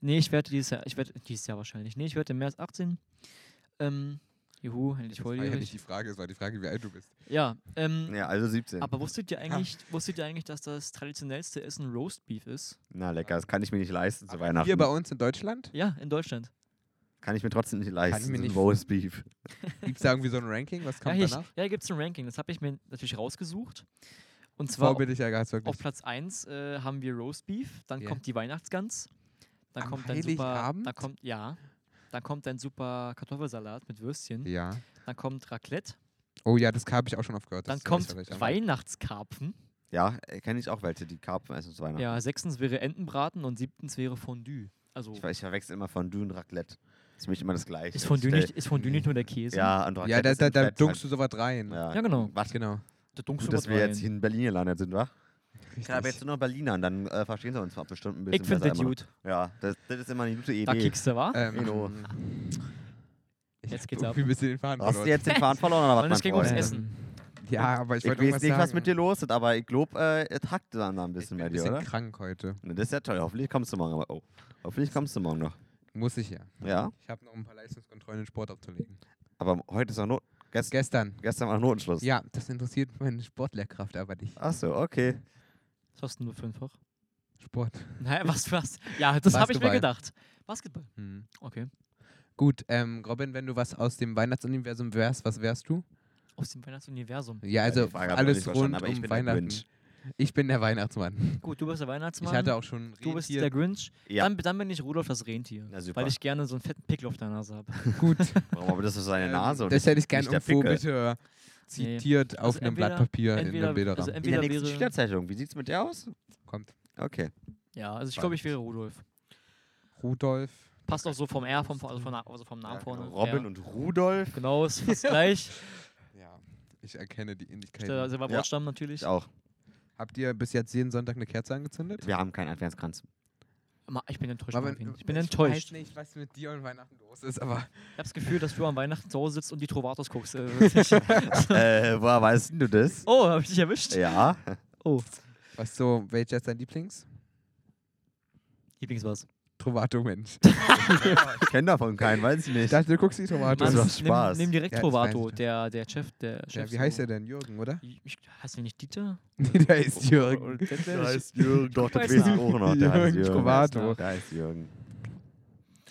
[SPEAKER 3] Nee, ich werde dieses Jahr, ich werde dieses Jahr wahrscheinlich. Nee, ich werde im März 18. Ähm, juhu, endlich
[SPEAKER 2] Das war ja nicht
[SPEAKER 3] volljährig.
[SPEAKER 2] die Frage, es war die Frage, wie alt du bist.
[SPEAKER 3] Ja, ähm,
[SPEAKER 1] Ja, also 17.
[SPEAKER 3] aber wusstet ihr eigentlich, wusstet ihr eigentlich, dass das traditionellste Essen Roast Beef ist?
[SPEAKER 1] Na lecker, das kann ich mir nicht leisten zu Weihnachten.
[SPEAKER 2] Hier bei uns in Deutschland
[SPEAKER 3] Ja, in Deutschland.
[SPEAKER 1] Kann ich mir trotzdem nicht leisten.
[SPEAKER 2] mir
[SPEAKER 1] so ein
[SPEAKER 2] nicht-
[SPEAKER 1] Roast Beef.
[SPEAKER 2] gibt es da irgendwie so ein Ranking, was kommt
[SPEAKER 3] ja,
[SPEAKER 2] danach?
[SPEAKER 3] ja, gibt es ein Ranking. Das habe ich mir natürlich rausgesucht. Und zwar
[SPEAKER 2] Vorbildlich ja ganz wirklich.
[SPEAKER 3] auf Platz 1 äh, haben wir Roast Beef, dann
[SPEAKER 2] Ja.
[SPEAKER 3] kommt die Weihnachtsgans, dann
[SPEAKER 2] Am
[SPEAKER 3] kommt dein super,
[SPEAKER 2] Heiligabend?
[SPEAKER 3] dann kommt ja, dann kommt dein super Kartoffelsalat mit Würstchen,
[SPEAKER 2] Ja.
[SPEAKER 3] dann kommt Raclette,
[SPEAKER 2] Oh ja, das habe ich auch schon oft gehört.
[SPEAKER 3] dann
[SPEAKER 2] das
[SPEAKER 3] kommt
[SPEAKER 2] weiß ich, aber-
[SPEAKER 3] Weihnachtskarpfen.
[SPEAKER 1] Ja, kenne ich auch welche, die Karpfen essen zu Weihnachten.
[SPEAKER 3] Ja, sechstens wäre Entenbraten und siebtens wäre Fondue. Also
[SPEAKER 1] Ich, ver- ich verwechsel immer Fondue und Raclette. Ist für mich immer das Gleiche.
[SPEAKER 3] ist
[SPEAKER 1] Ich
[SPEAKER 3] Fondue,
[SPEAKER 1] stell-
[SPEAKER 3] nicht, ist Fondue nicht nur der Käse?
[SPEAKER 1] Ja, und Raclette
[SPEAKER 2] Ja, da,
[SPEAKER 1] ist
[SPEAKER 2] da,
[SPEAKER 1] in
[SPEAKER 2] da
[SPEAKER 1] Fett
[SPEAKER 2] dunkst du sowas rein.
[SPEAKER 1] halt. Ja,
[SPEAKER 3] Ja, genau.
[SPEAKER 1] Was
[SPEAKER 2] Genau.
[SPEAKER 3] Da dunkelst
[SPEAKER 1] gut,
[SPEAKER 3] du was
[SPEAKER 1] dass wir jetzt
[SPEAKER 3] rein.
[SPEAKER 1] hier in Berlin gelandet sind, wa? Ich glaube, jetzt
[SPEAKER 2] Richtig.
[SPEAKER 1] sind nur Berliner und dann äh, verstehen sie uns bestimmt ein bisschen
[SPEAKER 3] Ich finde
[SPEAKER 1] besser
[SPEAKER 3] das
[SPEAKER 1] immer.
[SPEAKER 3] gut.
[SPEAKER 1] Ja, das, das ist immer eine gute
[SPEAKER 3] Da
[SPEAKER 1] Idee.
[SPEAKER 3] kickst du, wa?
[SPEAKER 2] Ähm,
[SPEAKER 1] Genau.
[SPEAKER 2] ich
[SPEAKER 3] Jetzt
[SPEAKER 2] hab
[SPEAKER 3] geht's
[SPEAKER 2] irgendwie
[SPEAKER 3] ab.
[SPEAKER 2] ein bisschen den Faden
[SPEAKER 1] Hast du
[SPEAKER 2] verloren.
[SPEAKER 1] jetzt den Faden verloren oder was,
[SPEAKER 3] Mann,
[SPEAKER 1] mein
[SPEAKER 3] es ging ums
[SPEAKER 1] Freund?
[SPEAKER 3] Essen.
[SPEAKER 2] Ja, aber ich
[SPEAKER 1] Ich,
[SPEAKER 2] wollte
[SPEAKER 1] weiß nicht,
[SPEAKER 2] irgendwas
[SPEAKER 1] was
[SPEAKER 2] sagen.
[SPEAKER 1] mit dir los ist, aber ich glaube, äh, es hackt dann ein bisschen bei
[SPEAKER 2] ein
[SPEAKER 1] dir,
[SPEAKER 2] bisschen
[SPEAKER 1] oder?
[SPEAKER 2] krank heute.
[SPEAKER 1] Na, das ist ja toll. Hoffentlich kommst du morgen. Aber, oh. Hoffentlich kommst du morgen noch.
[SPEAKER 2] Muss ich ja.
[SPEAKER 1] Ja,
[SPEAKER 2] Ich habe noch ein paar Leistungskontrollen in Sport abzulegen.
[SPEAKER 1] aber heute ist noch Not. Gest
[SPEAKER 2] Gestern.
[SPEAKER 1] gestern war noch Notenschluss.
[SPEAKER 2] Ja, das interessiert meine Sportlehrkraft aber nicht.
[SPEAKER 1] Achso, okay.
[SPEAKER 3] Was hast du denn nur fünffach?
[SPEAKER 2] Sport.
[SPEAKER 3] Nein, was, was? Ja, das habe ich mir
[SPEAKER 2] Basketball.
[SPEAKER 3] gedacht. Basketball.
[SPEAKER 2] Hm.
[SPEAKER 3] Okay.
[SPEAKER 2] Gut, ähm, Robin, wenn du was aus dem Weihnachtsuniversum wärst, was wärst du?
[SPEAKER 3] aus dem Weihnachtsuniversum.
[SPEAKER 2] Ja,
[SPEAKER 1] die
[SPEAKER 2] also
[SPEAKER 1] Frage hab ich noch nicht
[SPEAKER 2] alles
[SPEAKER 1] verstanden,
[SPEAKER 2] rund
[SPEAKER 1] aber ich bin
[SPEAKER 2] um
[SPEAKER 1] der
[SPEAKER 2] Weihnachten.
[SPEAKER 1] Grinch.
[SPEAKER 2] Ich bin der Weihnachtsmann.
[SPEAKER 3] Gut, du bist der
[SPEAKER 2] Ich
[SPEAKER 3] Weihnachtsmann.
[SPEAKER 2] hatte auch schon
[SPEAKER 3] du bist
[SPEAKER 2] Rentier.
[SPEAKER 3] der Grinch.
[SPEAKER 1] Ja,
[SPEAKER 3] Dann, dann bin ich Rudolf das Rentier.
[SPEAKER 1] Na, super.
[SPEAKER 3] weil ich gerne so einen fetten Pickel auf der Nase habe.
[SPEAKER 2] Gut.
[SPEAKER 1] warum aber das ist seine
[SPEAKER 2] ähm,
[SPEAKER 1] Nase? und
[SPEAKER 2] Das
[SPEAKER 1] nicht-
[SPEAKER 2] hätte ich gerne
[SPEAKER 1] nicht der
[SPEAKER 2] irgendwo
[SPEAKER 1] Pickel.
[SPEAKER 2] bitte
[SPEAKER 3] Nee.
[SPEAKER 2] zitiert auf
[SPEAKER 3] Also
[SPEAKER 2] einem
[SPEAKER 3] entweder-
[SPEAKER 2] Blatt Papier in
[SPEAKER 3] entweder-
[SPEAKER 2] einem Bilderrahmen.
[SPEAKER 3] also
[SPEAKER 1] In der
[SPEAKER 3] Entweder
[SPEAKER 1] nächsten
[SPEAKER 3] wäre-
[SPEAKER 1] Schülerzeitung. Wie sieht es mit dir aus?
[SPEAKER 2] Kommt.
[SPEAKER 1] Okay.
[SPEAKER 3] Ja, also ich glaube, ich wäre Rudolf.
[SPEAKER 2] Rudolf.
[SPEAKER 3] Passt auch so vom R, vom, also vom, Na- also vom Namen
[SPEAKER 1] Ja,
[SPEAKER 3] vorne.
[SPEAKER 1] genau. Robin
[SPEAKER 3] ja.
[SPEAKER 1] und Rudolf.
[SPEAKER 3] Genau, ist fast gleich. Also,
[SPEAKER 2] Ja, ich erkenne die Ähnlichkeit.
[SPEAKER 3] Der selber
[SPEAKER 1] Ja.
[SPEAKER 3] Wortstamm natürlich.
[SPEAKER 1] Ich auch.
[SPEAKER 3] also-
[SPEAKER 2] Habt ihr bis jetzt jeden Sonntag eine Kerze angezündet?
[SPEAKER 1] Wir haben keinen Adventskranz.
[SPEAKER 3] Ma- Ich bin enttäuscht,
[SPEAKER 2] Marvin,
[SPEAKER 3] Marvin. Ich bin
[SPEAKER 2] Ich weiß
[SPEAKER 3] enttäuscht.
[SPEAKER 2] nicht, was mit dir und Weihnachten los ist, aber
[SPEAKER 3] Ich habe das Gefühl, dass du am Weihnachten zu Hause sitzt und die Trovatos guckst. Äh, wirklich.
[SPEAKER 1] äh, woher weißt denn du das?
[SPEAKER 3] oh, habe ich dich erwischt?
[SPEAKER 1] Ja.
[SPEAKER 3] Oh,
[SPEAKER 2] was so, welcher ist dein Lieblings?
[SPEAKER 3] Lieblings was.
[SPEAKER 2] Trovato Mensch.
[SPEAKER 1] Ich kenne davon keinen, weiß ich
[SPEAKER 2] Ich
[SPEAKER 1] nicht.
[SPEAKER 2] dachte, du guckst die Trovato.
[SPEAKER 1] Mann,
[SPEAKER 2] Ja,
[SPEAKER 1] doch Spaß.
[SPEAKER 3] Nimm, nimm direkt
[SPEAKER 2] Ja, das weiß
[SPEAKER 3] Trovato,
[SPEAKER 2] ich.
[SPEAKER 3] der, der Chef, der Chef.
[SPEAKER 2] wie heißt der denn? Jürgen, oder?
[SPEAKER 3] Ich, heißt der nicht Dieter?
[SPEAKER 2] Nee, der
[SPEAKER 3] Oh
[SPEAKER 2] ist Jürgen.
[SPEAKER 3] Oder Detlef?
[SPEAKER 1] Oh, Jürgen. Doch, das
[SPEAKER 3] Weiß
[SPEAKER 1] weiß ich
[SPEAKER 3] nach.
[SPEAKER 1] auch noch. Der heißt
[SPEAKER 2] Jürgen
[SPEAKER 1] Jürgen.
[SPEAKER 2] Trovato.
[SPEAKER 1] Da ist Jürgen.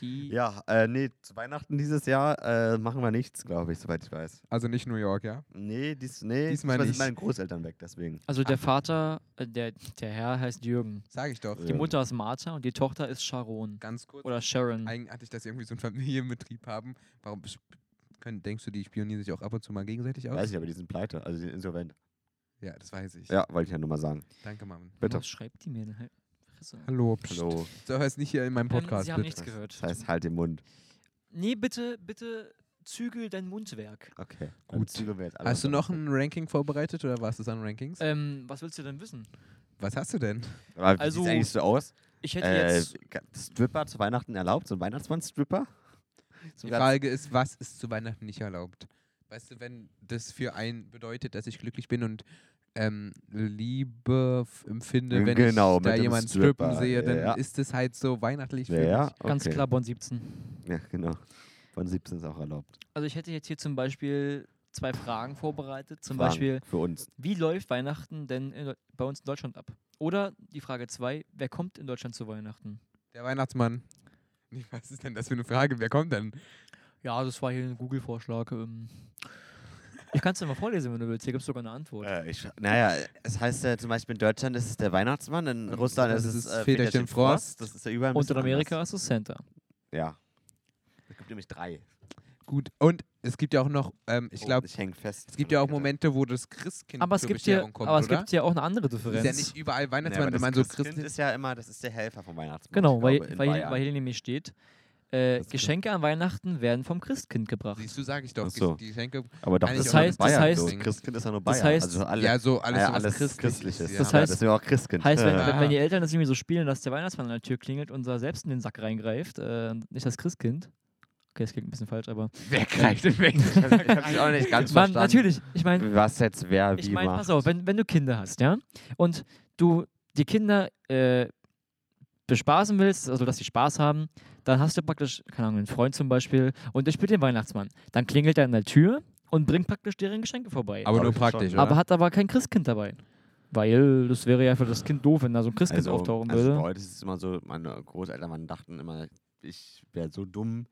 [SPEAKER 3] Die-
[SPEAKER 1] Ja, äh, nee, zu Weihnachten dieses Jahr äh, machen wir nichts, glaube ich, soweit ich weiß.
[SPEAKER 2] Also nicht New York, ja?
[SPEAKER 1] Nee, dies, nee
[SPEAKER 2] Diesmal
[SPEAKER 1] sind
[SPEAKER 2] nicht.
[SPEAKER 1] meine Großeltern weg, deswegen.
[SPEAKER 3] Also der Vater, äh, der, der Herr heißt Jürgen.
[SPEAKER 2] Sag ich doch.
[SPEAKER 3] Die
[SPEAKER 1] Ja.
[SPEAKER 3] Mutter ist Martha und die Tochter ist Sharon.
[SPEAKER 2] Ganz kurz.
[SPEAKER 3] Oder Sharon.
[SPEAKER 2] Eigenartig, dass sie irgendwie so einen Familienbetrieb haben. Warum sp- können, denkst du, die spionieren sich auch ab und zu mal gegenseitig aus?
[SPEAKER 1] Weiß ich, aber die sind pleite, also die sind insolvent.
[SPEAKER 2] Ja, das weiß ich.
[SPEAKER 1] Ja, wollte ich ja nur mal sagen.
[SPEAKER 2] Danke, Marvin.
[SPEAKER 1] Bitte.
[SPEAKER 3] Was schreibt die mir denn? Halt, Fresse.
[SPEAKER 2] Hallo. pst.
[SPEAKER 1] Hallo.
[SPEAKER 2] Du hörst nicht hier in meinem
[SPEAKER 3] Ähm,
[SPEAKER 2] Podcast.
[SPEAKER 3] Sie haben
[SPEAKER 2] bitte.
[SPEAKER 3] nichts
[SPEAKER 1] Das
[SPEAKER 3] gehört.
[SPEAKER 1] heißt, halt den Mund.
[SPEAKER 3] Nee, bitte, bitte zügel dein Mundwerk.
[SPEAKER 1] Okay.
[SPEAKER 2] Gut. Hast du noch
[SPEAKER 1] ein?
[SPEAKER 2] ein Ranking vorbereitet oder warst du an Rankings?
[SPEAKER 3] Ähm, was willst du denn wissen?
[SPEAKER 2] Was hast du denn?
[SPEAKER 1] Aber wie also,
[SPEAKER 3] Also,
[SPEAKER 1] sieht's eigentlich so aus?
[SPEAKER 3] Ich hätte
[SPEAKER 1] Äh,
[SPEAKER 3] jetzt.
[SPEAKER 1] ga- Stripper zu Weihnachten erlaubt? So ein Weihnachtsmann-Stripper? So
[SPEAKER 2] Die
[SPEAKER 1] ganz-
[SPEAKER 2] Frage ist, was ist zu Weihnachten nicht erlaubt? Weißt du, wenn das für einen bedeutet, dass ich glücklich bin und ähm, Liebe f- empfinde, wenn
[SPEAKER 1] Genau,
[SPEAKER 2] ich da
[SPEAKER 1] mit dem
[SPEAKER 2] jemanden
[SPEAKER 1] Stripper,
[SPEAKER 2] strippen sehe, dann
[SPEAKER 1] ja.
[SPEAKER 2] ist das halt so weihnachtlich
[SPEAKER 1] ja,
[SPEAKER 2] für
[SPEAKER 1] ja,
[SPEAKER 2] mich.
[SPEAKER 1] okay.
[SPEAKER 3] Ganz klar, Bonn 17.
[SPEAKER 1] Ja, genau. Von 17 ist auch erlaubt.
[SPEAKER 3] Also ich hätte jetzt hier zum Beispiel zwei Fragen vorbereitet. Zum
[SPEAKER 1] Fragen
[SPEAKER 3] Beispiel,
[SPEAKER 1] Für uns.
[SPEAKER 3] wie läuft Weihnachten denn in, Deu- bei uns in Deutschland ab? Oder die Frage zwei, wer kommt in Deutschland zu Weihnachten?
[SPEAKER 2] Der Weihnachtsmann. Nee, Was ist denn das für eine Frage? Wer kommt denn?
[SPEAKER 3] Ja, das war hier ein Google-Vorschlag. ähm. Ich kann es dir mal vorlesen, wenn du willst. Hier gibt es sogar eine Antwort.
[SPEAKER 1] Äh, ich, naja, es heißt ja zum Beispiel in Deutschland ist es der Weihnachtsmann, in
[SPEAKER 2] Ähm,
[SPEAKER 1] Russland
[SPEAKER 2] das
[SPEAKER 1] ist es
[SPEAKER 2] ist
[SPEAKER 1] äh,
[SPEAKER 2] Väterchen Frost.
[SPEAKER 1] Das ist ja überall ein
[SPEAKER 3] Und in
[SPEAKER 1] bisschen
[SPEAKER 3] Amerika ist es Santa.
[SPEAKER 1] Anders. Ja. Es gibt nämlich drei.
[SPEAKER 2] Gut, und es gibt ja auch noch, ähm, ich
[SPEAKER 1] Oh,
[SPEAKER 2] glaube,
[SPEAKER 1] ich hänge fest.
[SPEAKER 2] es gibt ja auch Momente, wo das Christkind
[SPEAKER 3] Aber es
[SPEAKER 2] zur
[SPEAKER 3] gibt
[SPEAKER 2] Bescherung
[SPEAKER 3] hier,
[SPEAKER 2] kommt,
[SPEAKER 3] aber es
[SPEAKER 2] oder?
[SPEAKER 3] gibt hier auch eine andere
[SPEAKER 2] ist
[SPEAKER 3] Differenz.
[SPEAKER 2] ja nicht überall
[SPEAKER 1] Nee,
[SPEAKER 2] Weihnachtsmann,
[SPEAKER 1] aber
[SPEAKER 2] wenn
[SPEAKER 1] das
[SPEAKER 2] man so
[SPEAKER 1] Christkind
[SPEAKER 2] Christkind
[SPEAKER 1] ist ja immer, das ist der Helfer vom Weihnachtsmann.
[SPEAKER 3] genau,
[SPEAKER 1] ich
[SPEAKER 3] weil,
[SPEAKER 1] glaube, in
[SPEAKER 3] weil, hier,
[SPEAKER 1] Bayern.
[SPEAKER 3] weil hier nämlich steht, äh,
[SPEAKER 1] Das ist
[SPEAKER 3] Geschenke an Weihnachten werden vom Christkind gebracht.
[SPEAKER 2] Siehst du, sag ich doch,
[SPEAKER 1] Ach so.
[SPEAKER 2] die Geschenke
[SPEAKER 1] Aber doch,
[SPEAKER 2] Kann
[SPEAKER 1] das
[SPEAKER 2] ich
[SPEAKER 1] ist
[SPEAKER 2] auch-
[SPEAKER 1] ja nur
[SPEAKER 3] Das heißt- das
[SPEAKER 1] Bayern
[SPEAKER 3] heißt-
[SPEAKER 1] so. Christkind ist ja nur
[SPEAKER 3] das
[SPEAKER 1] Bayern.
[SPEAKER 3] heißt-
[SPEAKER 1] also alle,
[SPEAKER 2] ja, so alles,
[SPEAKER 1] ja,
[SPEAKER 2] so was
[SPEAKER 1] alles
[SPEAKER 2] Christliches.
[SPEAKER 1] Christliches.
[SPEAKER 2] ja.
[SPEAKER 3] Das
[SPEAKER 1] ja,
[SPEAKER 3] heißt-
[SPEAKER 1] deswegen auch Christkind.
[SPEAKER 3] Heißt, wenn,
[SPEAKER 1] Äh,
[SPEAKER 3] wenn,
[SPEAKER 2] Aha.
[SPEAKER 3] wenn die Eltern das irgendwie so spielen, dass der Weihnachtsmann an der Tür klingelt und da selbst in den Sack reingreift, äh, nicht das Christkind. Okay, das klingt ein bisschen falsch, aber.
[SPEAKER 2] Wer greift denn weg?
[SPEAKER 1] ich hab- ich hab's auch nicht ganz
[SPEAKER 3] Mann,
[SPEAKER 1] verstanden.
[SPEAKER 3] natürlich. Ich meine,
[SPEAKER 1] Was jetzt wer wie
[SPEAKER 3] ich meine,
[SPEAKER 1] macht.
[SPEAKER 3] pass auf, wenn, wenn du Kinder hast, ja, und du die Kinder äh, bespaßen willst, also dass sie Spaß haben, dann hast du praktisch, keine Ahnung, einen Freund zum Beispiel und der spielt den Weihnachtsmann. Dann klingelt er an der Tür und bringt praktisch deren Geschenke vorbei.
[SPEAKER 2] Aber
[SPEAKER 1] Glaub
[SPEAKER 2] nur
[SPEAKER 1] ich schon.
[SPEAKER 2] praktisch,
[SPEAKER 3] Aber
[SPEAKER 2] oder?
[SPEAKER 3] hat aber kein Christkind dabei. Weil das wäre ja für das Kind doof, wenn da so ein Christkind
[SPEAKER 1] also,
[SPEAKER 3] auftauchen
[SPEAKER 1] also
[SPEAKER 3] würde.
[SPEAKER 1] bei heute ist es immer so, meine Großeltern man dachten immer, ich wäre so dumm,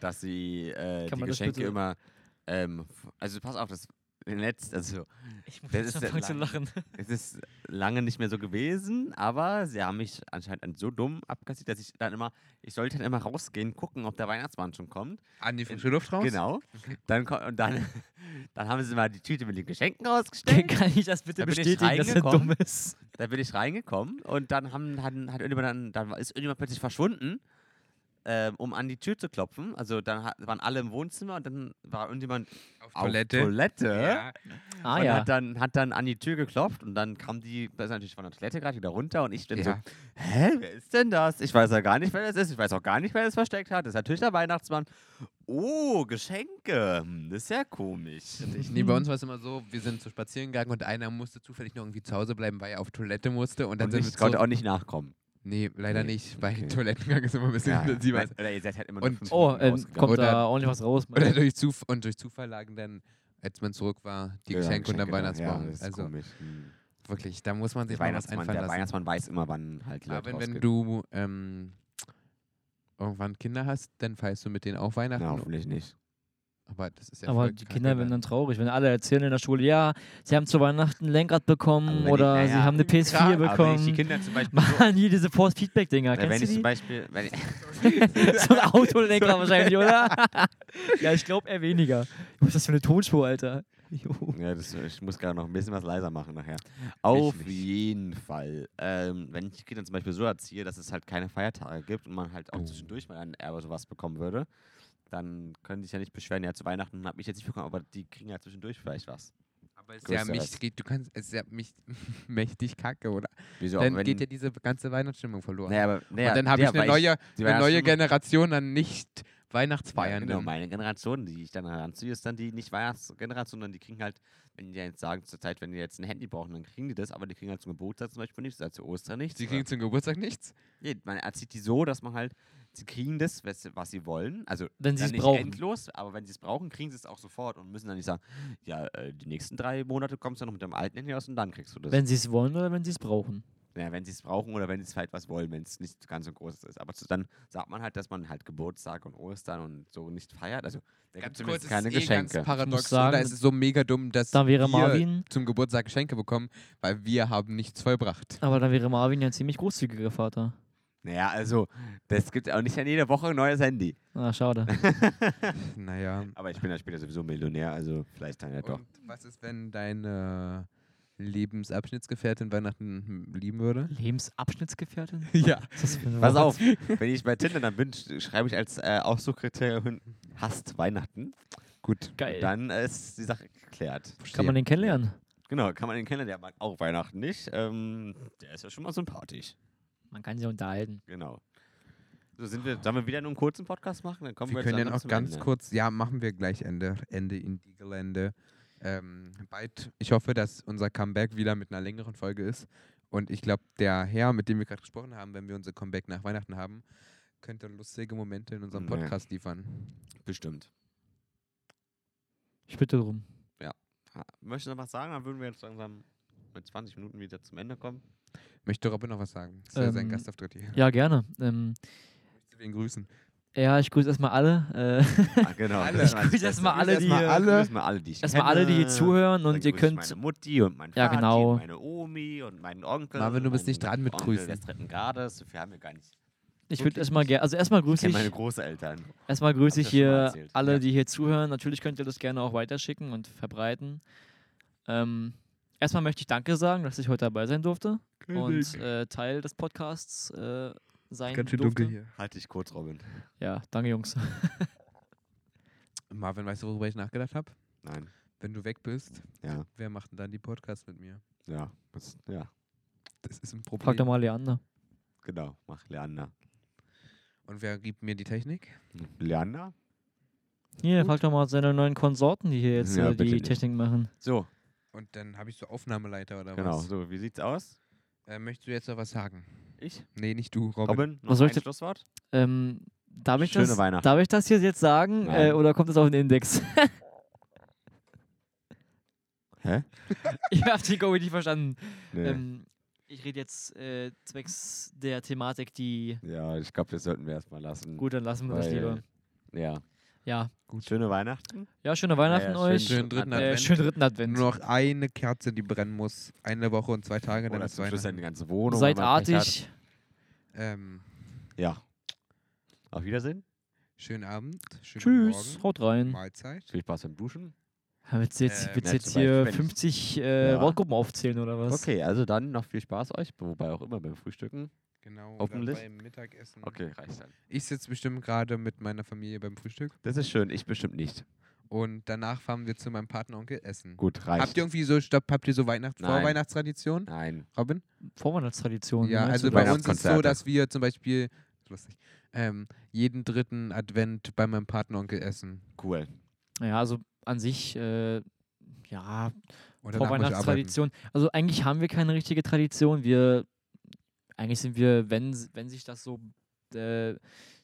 [SPEAKER 1] dass sie äh,
[SPEAKER 3] Kann
[SPEAKER 1] die
[SPEAKER 3] man das
[SPEAKER 1] Geschenke
[SPEAKER 3] bitte-
[SPEAKER 1] immer. Ähm, f- also pass auf, das in letzt, also
[SPEAKER 3] ich muss
[SPEAKER 1] das jetzt ist der anfangen zu
[SPEAKER 3] zu
[SPEAKER 1] Laden.
[SPEAKER 3] lachen.
[SPEAKER 1] es ist lange nicht mehr so gewesen, aber sie haben mich anscheinend an so dumm abkassiert, dass ich dann immer, ich sollte dann immer rausgehen, gucken, ob der Weihnachtsmann schon kommt.
[SPEAKER 2] An die frische Luft raus?
[SPEAKER 1] Genau. Dann, ko- und dann, dann haben sie mal die Tüte mit den Geschenken rausgestellt.
[SPEAKER 3] Kann ich das bitte
[SPEAKER 1] Da bin ich
[SPEAKER 3] bestätigen, dass er
[SPEAKER 1] reingekommen.
[SPEAKER 3] dumm ist?
[SPEAKER 1] Da bin ich reingekommen und dann, haben, hatten- hat irgendjemand dann, dann war- ist irgendjemand plötzlich verschwunden, ähm, um an die Tür zu klopfen. Also dann hat, waren alle im Wohnzimmer und dann war irgendjemand
[SPEAKER 2] Auf
[SPEAKER 1] auf
[SPEAKER 2] Toilette.
[SPEAKER 1] Toilette
[SPEAKER 2] Ja.
[SPEAKER 3] Ah
[SPEAKER 1] und
[SPEAKER 3] ja.
[SPEAKER 1] hat, dann, hat dann an die Tür geklopft und dann kam die, das ist natürlich von der Toilette gerade wieder runter und ich bin so,
[SPEAKER 2] Ja.
[SPEAKER 1] hä, wer ist denn das? Ich weiß ja gar nicht, wer das ist. Ich weiß auch gar nicht, wer das versteckt hat. Das ist natürlich der Weihnachtsmann. Oh, Geschenke. Hm, Das ist ja komisch. Und ich-
[SPEAKER 2] Nee, bei uns war es immer so, wir sind zu spazieren gegangen und einer musste zufällig noch irgendwie zu Hause bleiben, weil er auf Toilette musste und dann
[SPEAKER 1] Und
[SPEAKER 2] sind
[SPEAKER 1] ich
[SPEAKER 2] wir zu
[SPEAKER 1] konnte auch nicht nachkommen.
[SPEAKER 2] Nee, leider
[SPEAKER 1] Nee,
[SPEAKER 2] nicht, weil
[SPEAKER 1] okay.
[SPEAKER 2] Toilettengang ist immer ein bisschen intensiver. als-
[SPEAKER 1] Oder ihr seid halt immer
[SPEAKER 2] Und-
[SPEAKER 1] nur fünf
[SPEAKER 3] Oh,
[SPEAKER 1] Minuten
[SPEAKER 3] ähm,
[SPEAKER 1] rausgegangen.
[SPEAKER 3] kommt
[SPEAKER 2] Oder-
[SPEAKER 3] da ordentlich was raus.
[SPEAKER 2] Oder durch Zuf und durch Zufall lagen dann, als man zurück war, die
[SPEAKER 1] Ja,
[SPEAKER 2] Geschenke und
[SPEAKER 1] Geschenke
[SPEAKER 2] am
[SPEAKER 1] da.
[SPEAKER 2] Weihnachtsbaum.
[SPEAKER 1] Ja, das ist
[SPEAKER 2] also
[SPEAKER 1] komisch. Hm.
[SPEAKER 2] wirklich, da muss man sich
[SPEAKER 1] Der
[SPEAKER 2] mal was
[SPEAKER 1] Weihnachtsmann,
[SPEAKER 2] einfallen
[SPEAKER 1] der
[SPEAKER 2] lassen.
[SPEAKER 1] Weihnachtsmann weiß immer, wann halt Leute
[SPEAKER 2] Aber wenn
[SPEAKER 1] rausgehen.
[SPEAKER 2] du ähm, irgendwann Kinder hast, dann feierst du mit denen auch Weihnachten.
[SPEAKER 1] Na, hoffentlich nicht.
[SPEAKER 2] Aber das ist ja
[SPEAKER 3] Aber
[SPEAKER 2] voll
[SPEAKER 3] die
[SPEAKER 2] kacke
[SPEAKER 3] Kinder werden dann traurig, wenn alle erzählen in der Schule, ja, sie haben zu Weihnachten ein Lenkrad bekommen
[SPEAKER 1] Also wenn die-
[SPEAKER 3] Hm, oder
[SPEAKER 1] naja,
[SPEAKER 3] sie haben eine PS4
[SPEAKER 1] klar, Aber wenn ich die
[SPEAKER 3] bekommen.
[SPEAKER 1] Kinder zum Beispiel so,
[SPEAKER 3] Mann, hier diese Force-Feedback-Dinger,
[SPEAKER 1] wenn
[SPEAKER 3] kennst du
[SPEAKER 1] ich
[SPEAKER 3] die?
[SPEAKER 1] zum Beispiel, wenn ich,
[SPEAKER 3] so ein Autolenker wahrscheinlich, oder? ja, ich glaube eher weniger. Was ist das für eine Tonspur, Alter? Jo.
[SPEAKER 1] Ja, das, ich muss gerade noch ein bisschen was leiser machen nachher. Auf
[SPEAKER 2] nicht.
[SPEAKER 1] jeden Fall. Ähm, wenn ich die Kinder zum Beispiel so erziehe, dass es halt keine Feiertage gibt und man halt auch
[SPEAKER 2] Oh.
[SPEAKER 1] zwischendurch mal ein Erbe sowas bekommen würde, dann können die sich ja nicht beschweren. Ja, zu Weihnachten habe ich jetzt nicht bekommen, aber die kriegen ja zwischendurch vielleicht was.
[SPEAKER 2] Aber es ist ja
[SPEAKER 1] größer
[SPEAKER 2] mich,
[SPEAKER 1] als-
[SPEAKER 2] geht- du kannst, es ist ja mich mächtig kacke, oder?
[SPEAKER 1] Wieso?
[SPEAKER 2] dann
[SPEAKER 1] wenn,
[SPEAKER 2] geht ja diese ganze Weihnachtsstimmung verloren.
[SPEAKER 1] naja, aber, naja,
[SPEAKER 2] und dann habe
[SPEAKER 1] ja,
[SPEAKER 2] ich eine
[SPEAKER 1] weil
[SPEAKER 2] neue,
[SPEAKER 1] die
[SPEAKER 2] eine neue
[SPEAKER 1] Weihnachtsstimmung-
[SPEAKER 2] Generation an nicht
[SPEAKER 1] Ja,
[SPEAKER 2] Weihnachtsfeiern.
[SPEAKER 1] Genau, meine Generation, die ich dann heranziehe, ist dann die nicht Weihnachtsgeneration, sondern die kriegen halt, wenn die jetzt sagen, zur Zeit, wenn die jetzt ein Handy brauchen, dann kriegen die das, aber die kriegen halt zum Geburtstag zum Beispiel nichts, also zu Ostern nichts.
[SPEAKER 2] Sie
[SPEAKER 1] oder-
[SPEAKER 2] kriegen zum Geburtstag nichts.
[SPEAKER 1] Nee, man erzieht die so, dass man halt, sie kriegen das, was, was sie wollen. Also
[SPEAKER 3] Wenn sie
[SPEAKER 1] dann
[SPEAKER 3] es
[SPEAKER 1] nicht
[SPEAKER 3] brauchen.
[SPEAKER 1] endlos, aber wenn sie es brauchen, kriegen sie es auch sofort und müssen dann nicht sagen, ja, äh, die nächsten drei Monate kommst du noch mit deinem alten Handy aus und dann kriegst du das.
[SPEAKER 3] Wenn sie es wollen oder wenn sie es brauchen.
[SPEAKER 1] naja, wenn sie es brauchen oder wenn sie es halt was wollen, wenn es nicht ganz so groß ist. Aber zu, dann sagt man halt, dass man halt Geburtstag und Ostern und so nicht feiert. Also da gibt es zumindest keine
[SPEAKER 2] eh
[SPEAKER 1] Geschenke.
[SPEAKER 2] ganz paradox.
[SPEAKER 3] Ich muss sagen,
[SPEAKER 2] oder? es ist so mega dumm, dass
[SPEAKER 3] Dann
[SPEAKER 2] wir
[SPEAKER 3] wäre Marvin-
[SPEAKER 2] zum Geburtstag Geschenke bekommen, weil wir haben nichts vollbracht.
[SPEAKER 3] Aber dann wäre Marvin ja ein ziemlich großzügiger Vater.
[SPEAKER 1] naja, also das gibt auch nicht an jeder Woche ein neues Handy.
[SPEAKER 3] Ah, schade.
[SPEAKER 2] Naja.
[SPEAKER 1] Aber ich bin ja später sowieso Millionär, also vielleicht dann ja doch.
[SPEAKER 2] Und was ist, wenn deine Lebensabschnittsgefährtin Weihnachten lieben würde?
[SPEAKER 3] Lebensabschnittsgefährtin?
[SPEAKER 2] Ja.
[SPEAKER 3] Was ist das für ein
[SPEAKER 1] Pass
[SPEAKER 3] Wort?
[SPEAKER 1] auf, wenn ich bei Tinder dann bin, sch- schreibe ich als äh, Aussuchkriterium hin, hasst Weihnachten.
[SPEAKER 2] Gut.
[SPEAKER 3] Geil.
[SPEAKER 1] Dann äh, ist die Sache geklärt.
[SPEAKER 3] Kann man den kennenlernen?
[SPEAKER 1] Genau, kann man den kennen, der mag auch Weihnachten nicht. Ähm, der ist ja schon mal sympathisch.
[SPEAKER 3] Man kann sie unterhalten.
[SPEAKER 1] Genau. So, sind wir, sollen wir wieder nur einen kurzen Podcast machen? Dann kommen wir,
[SPEAKER 2] Wir
[SPEAKER 1] jetzt
[SPEAKER 2] können ja
[SPEAKER 1] langsam
[SPEAKER 2] auch
[SPEAKER 1] zum
[SPEAKER 2] ganz
[SPEAKER 1] Ende.
[SPEAKER 2] kurz, ja, machen wir gleich Ende, Ende in die Gelände. Ähm, bald, ich hoffe, dass unser Comeback wieder mit einer längeren Folge ist. Und ich glaube, der Herr, mit dem wir gerade gesprochen haben, wenn wir unser Comeback nach Weihnachten haben, könnte lustige Momente in unserem
[SPEAKER 1] Nee.
[SPEAKER 2] Podcast liefern.
[SPEAKER 1] Bestimmt.
[SPEAKER 3] Ich bitte drum.
[SPEAKER 1] Ha- Möchtest du noch was sagen? Dann würden wir jetzt langsam mit 20 Minuten wieder zum Ende komkommen.
[SPEAKER 2] Möchte Robin noch was sagen? Das ist ja sein
[SPEAKER 3] Ähm,
[SPEAKER 2] Gastauftritt hier.
[SPEAKER 3] Ja, gerne. Ähm,
[SPEAKER 2] Möchte wir ihn grüßen.
[SPEAKER 3] ja, ich grüße erstmal alle. Äh,
[SPEAKER 1] Ah, genau.
[SPEAKER 2] Alle.
[SPEAKER 1] das war das
[SPEAKER 3] Grüß
[SPEAKER 1] Beste.
[SPEAKER 3] erstmal alle,
[SPEAKER 1] Grüß
[SPEAKER 3] die
[SPEAKER 1] erstmal
[SPEAKER 3] hier-
[SPEAKER 1] alle. Grüß mal alle, die ich
[SPEAKER 3] erstmal alle, die hier
[SPEAKER 1] kenne.
[SPEAKER 3] zuhören
[SPEAKER 1] Dann
[SPEAKER 3] und
[SPEAKER 1] grüß
[SPEAKER 3] ihr
[SPEAKER 1] ich
[SPEAKER 3] könnt
[SPEAKER 1] meine Mutti und meinen
[SPEAKER 3] Ja,
[SPEAKER 1] Vati
[SPEAKER 3] genau.
[SPEAKER 1] und meine Omi und meinen Onkel.
[SPEAKER 2] Marvin, du
[SPEAKER 1] und
[SPEAKER 2] bist nicht
[SPEAKER 1] meinen
[SPEAKER 2] dran mit
[SPEAKER 1] Onkel
[SPEAKER 2] Grüßen.
[SPEAKER 1] Des dritten Grades, so viel haben wir gar nicht.
[SPEAKER 3] Ich
[SPEAKER 1] Wirklich
[SPEAKER 3] würde erstmal gerne, also erstmal
[SPEAKER 1] Ich
[SPEAKER 3] grüße
[SPEAKER 1] kenne
[SPEAKER 3] ich,
[SPEAKER 1] meine Großeltern.
[SPEAKER 3] erstmal grüße
[SPEAKER 1] Hab
[SPEAKER 3] ich
[SPEAKER 1] ich ja schon mal
[SPEAKER 3] hier
[SPEAKER 1] erzählt,
[SPEAKER 3] alle,
[SPEAKER 1] ja.
[SPEAKER 3] die hier zuhören. Natürlich könnt ihr das gerne auch weiterschicken und verbreiten. Ähm, erstmal möchte ich Danke sagen, dass ich heute dabei sein durfte und äh, Teil des Podcasts äh, sein durfte.
[SPEAKER 2] hier.
[SPEAKER 1] Halt dich kurz, Robin.
[SPEAKER 3] Ja, danke Jungs.
[SPEAKER 2] Marvin, weißt du, worüber ich nachgedacht habe?
[SPEAKER 1] Nein.
[SPEAKER 2] Wenn du weg bist,
[SPEAKER 1] Ja.
[SPEAKER 2] wer macht denn dann die Podcasts mit mir?
[SPEAKER 1] Ja. Das, ja.
[SPEAKER 2] Das ist ein
[SPEAKER 3] Frag doch
[SPEAKER 2] Problem.
[SPEAKER 3] mal Leander.
[SPEAKER 1] Genau. Mach Leander.
[SPEAKER 2] Und wer gibt mir die Technik?
[SPEAKER 1] Leander?
[SPEAKER 3] Hier,
[SPEAKER 2] Gut.
[SPEAKER 3] frag doch mal seine neuen Konsorten, die hier jetzt
[SPEAKER 1] Ja,
[SPEAKER 3] äh,
[SPEAKER 1] bitte
[SPEAKER 3] die
[SPEAKER 1] nicht.
[SPEAKER 3] Technik machen.
[SPEAKER 1] So,
[SPEAKER 2] Und dann habe ich so Aufnahmeleiter oder
[SPEAKER 1] genau.
[SPEAKER 2] was?
[SPEAKER 1] So, wie sieht's aus?
[SPEAKER 2] Äh, möchtest du jetzt noch was sagen?
[SPEAKER 1] Ich?
[SPEAKER 2] Nee, nicht du, Robin.
[SPEAKER 1] Robin, noch
[SPEAKER 3] Was soll
[SPEAKER 1] ein
[SPEAKER 3] ich denn-
[SPEAKER 1] Schlusswort?
[SPEAKER 3] Ähm, darf, ich
[SPEAKER 1] Schöne
[SPEAKER 3] das,
[SPEAKER 1] Weihnachten.
[SPEAKER 3] darf ich das hier jetzt sagen
[SPEAKER 1] Nein.
[SPEAKER 3] äh, oder kommt das auf den Index?
[SPEAKER 1] Hä?
[SPEAKER 3] ich habe die Gobi nicht verstanden.
[SPEAKER 1] Nee.
[SPEAKER 3] Ähm, ich rede jetzt äh, zwecks der Thematik, die.
[SPEAKER 1] ja, ich glaube, das sollten wir erstmal lassen.
[SPEAKER 3] Gut, dann lassen wir das
[SPEAKER 1] Weil-
[SPEAKER 3] lieber.
[SPEAKER 1] Ja.
[SPEAKER 3] Ja.
[SPEAKER 1] Schöne Weihnachten.
[SPEAKER 3] Ja, schöne Weihnachten
[SPEAKER 1] Ja, ja,
[SPEAKER 3] euch.
[SPEAKER 2] Schönen dritten
[SPEAKER 1] Advent.
[SPEAKER 3] äh,
[SPEAKER 2] Advent.
[SPEAKER 3] schönen dritten Advent.
[SPEAKER 2] Nur noch eine Kerze, die brennen muss. Eine Woche und zwei Tage, dann
[SPEAKER 1] Oder
[SPEAKER 2] ist
[SPEAKER 1] zum Schluss dann die
[SPEAKER 2] Weihnachten.
[SPEAKER 1] ganze Wohnung.
[SPEAKER 3] Seid
[SPEAKER 1] wenn man Pech hat.
[SPEAKER 3] artig.
[SPEAKER 2] Ähm,
[SPEAKER 1] Ja. Auf Wiedersehen.
[SPEAKER 2] schönen Abend. Schönen
[SPEAKER 3] Tschüss.
[SPEAKER 2] Morgen.
[SPEAKER 3] Haut
[SPEAKER 1] Äh,
[SPEAKER 3] rein.
[SPEAKER 2] Mahlzeit.
[SPEAKER 1] Viel Spaß beim Duschen.
[SPEAKER 3] Ja, willst du jetzt,
[SPEAKER 2] Äh,
[SPEAKER 3] willst du
[SPEAKER 1] ja,
[SPEAKER 3] jetzt
[SPEAKER 1] zum Beispiel,
[SPEAKER 3] hier
[SPEAKER 1] wenn ich-
[SPEAKER 3] 50 äh,
[SPEAKER 1] Ja.
[SPEAKER 3] Wortgruppen aufzählen oder was?
[SPEAKER 1] Okay, also dann noch viel Spaß euch, wobei auch immer beim Frühstücken.
[SPEAKER 2] Genau.
[SPEAKER 1] Hoffentlich.
[SPEAKER 2] Oder beim Mittagessen.
[SPEAKER 1] Okay, reicht dann.
[SPEAKER 2] Ich sitze bestimmt gerade mit meiner Familie beim Frühstück.
[SPEAKER 1] Das ist schön, ich bestimmt nicht.
[SPEAKER 2] Und danach fahren wir zu meinem Partneronkel essen.
[SPEAKER 1] Gut, reicht.
[SPEAKER 2] Habt ihr irgendwie so, stopp, habt ihr so Weihnachts
[SPEAKER 1] Nein.
[SPEAKER 2] Vorweihnachtstradition,
[SPEAKER 1] Nein.
[SPEAKER 2] Robin?
[SPEAKER 3] Vorweihnachtstradition.
[SPEAKER 2] Ja,
[SPEAKER 3] meinst
[SPEAKER 2] also
[SPEAKER 3] du
[SPEAKER 2] bei
[SPEAKER 3] das?
[SPEAKER 2] uns ist es so,
[SPEAKER 1] Weihnachtskonzerte.
[SPEAKER 2] dass wir zum Beispiel, lustig, ähm, jeden dritten Advent bei meinem Partneronkel essen.
[SPEAKER 1] Cool.
[SPEAKER 3] Ja, also an sich, äh, ja,
[SPEAKER 2] Und danach muss ich arbeiten.
[SPEAKER 3] Vorweihnachtstradition. Also eigentlich haben wir keine richtige Tradition. Wir eigentlich sind wir, wenn, s- wenn sich das so äh,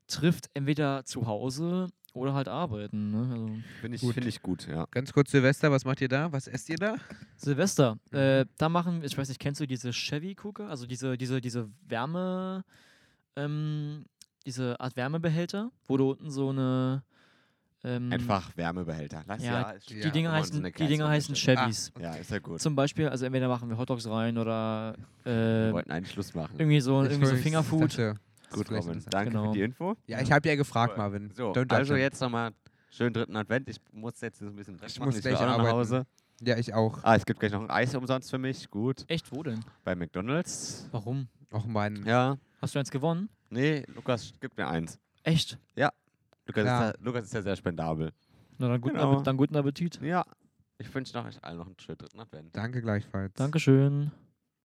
[SPEAKER 3] trifft, entweder zu Hause oder halt arbeiten. Ne? Also,
[SPEAKER 1] Finde ich
[SPEAKER 2] Gut.
[SPEAKER 1] gut. Find ich gut, ja.
[SPEAKER 2] Ganz kurz, Silvester, was macht ihr da? Was esst ihr da?
[SPEAKER 3] Silvester, äh, da machen, ich weiß nicht, kennst du diese Chevy Cooker? Also diese, diese, diese Wärme, ähm, diese Art Wärmebehälter, wo du unten so eine Ähm,
[SPEAKER 1] Einfach Wärmebehälter. Lass
[SPEAKER 3] Ja,
[SPEAKER 1] es
[SPEAKER 2] die
[SPEAKER 3] Die
[SPEAKER 1] steht
[SPEAKER 3] Dinger
[SPEAKER 1] immer in so
[SPEAKER 3] heißen,
[SPEAKER 1] einer
[SPEAKER 3] die Dinger
[SPEAKER 1] kleinen
[SPEAKER 3] heißen
[SPEAKER 2] Ah.
[SPEAKER 1] Stunde.
[SPEAKER 3] Chevys.
[SPEAKER 1] Ja, ist ja gut.
[SPEAKER 3] Zum Beispiel, also entweder machen wir Hotdogs rein oder äh,
[SPEAKER 1] Wir wollten einen Schluss machen.
[SPEAKER 3] irgendwie so,
[SPEAKER 2] Ich
[SPEAKER 3] irgendwie so
[SPEAKER 2] weiß, ich
[SPEAKER 3] Fingerfood.
[SPEAKER 2] dachte, das ist
[SPEAKER 1] Gut,
[SPEAKER 2] vielleicht
[SPEAKER 1] Robin.
[SPEAKER 2] interessant.
[SPEAKER 1] Danke
[SPEAKER 3] Genau.
[SPEAKER 1] für die Info.
[SPEAKER 2] Ja, ich habe ja gefragt, Marvin.
[SPEAKER 1] So,
[SPEAKER 2] Don't judge
[SPEAKER 1] also
[SPEAKER 2] him.
[SPEAKER 1] jetzt nochmal schönen dritten Advent. Ich muss jetzt ein bisschen Dreck
[SPEAKER 2] Ich
[SPEAKER 1] machen.
[SPEAKER 2] muss
[SPEAKER 1] will
[SPEAKER 2] gleich
[SPEAKER 1] auch noch nach
[SPEAKER 2] arbeiten.
[SPEAKER 1] Hause.
[SPEAKER 2] Ja, ich auch.
[SPEAKER 1] Ah, es gibt gleich noch ein Eis umsonst für mich. Gut.
[SPEAKER 3] Echt, wo denn?
[SPEAKER 1] Bei McDonalds.
[SPEAKER 3] Warum?
[SPEAKER 2] Auch mein.
[SPEAKER 1] Ja.
[SPEAKER 3] Hast du eins gewonnen?
[SPEAKER 1] Nee, Lukas gibt mir eins.
[SPEAKER 3] Echt?
[SPEAKER 1] Lukas,
[SPEAKER 2] Ja.
[SPEAKER 1] ist, ja, Lukas ist ja sehr spendabel.
[SPEAKER 3] Na dann guten,
[SPEAKER 1] Genau.
[SPEAKER 3] Appet- dann guten Appetit.
[SPEAKER 1] Ja. Ich wünsche noch euch allen noch einen schönen dritten Advent.
[SPEAKER 2] Danke gleichfalls.
[SPEAKER 3] Dankeschön.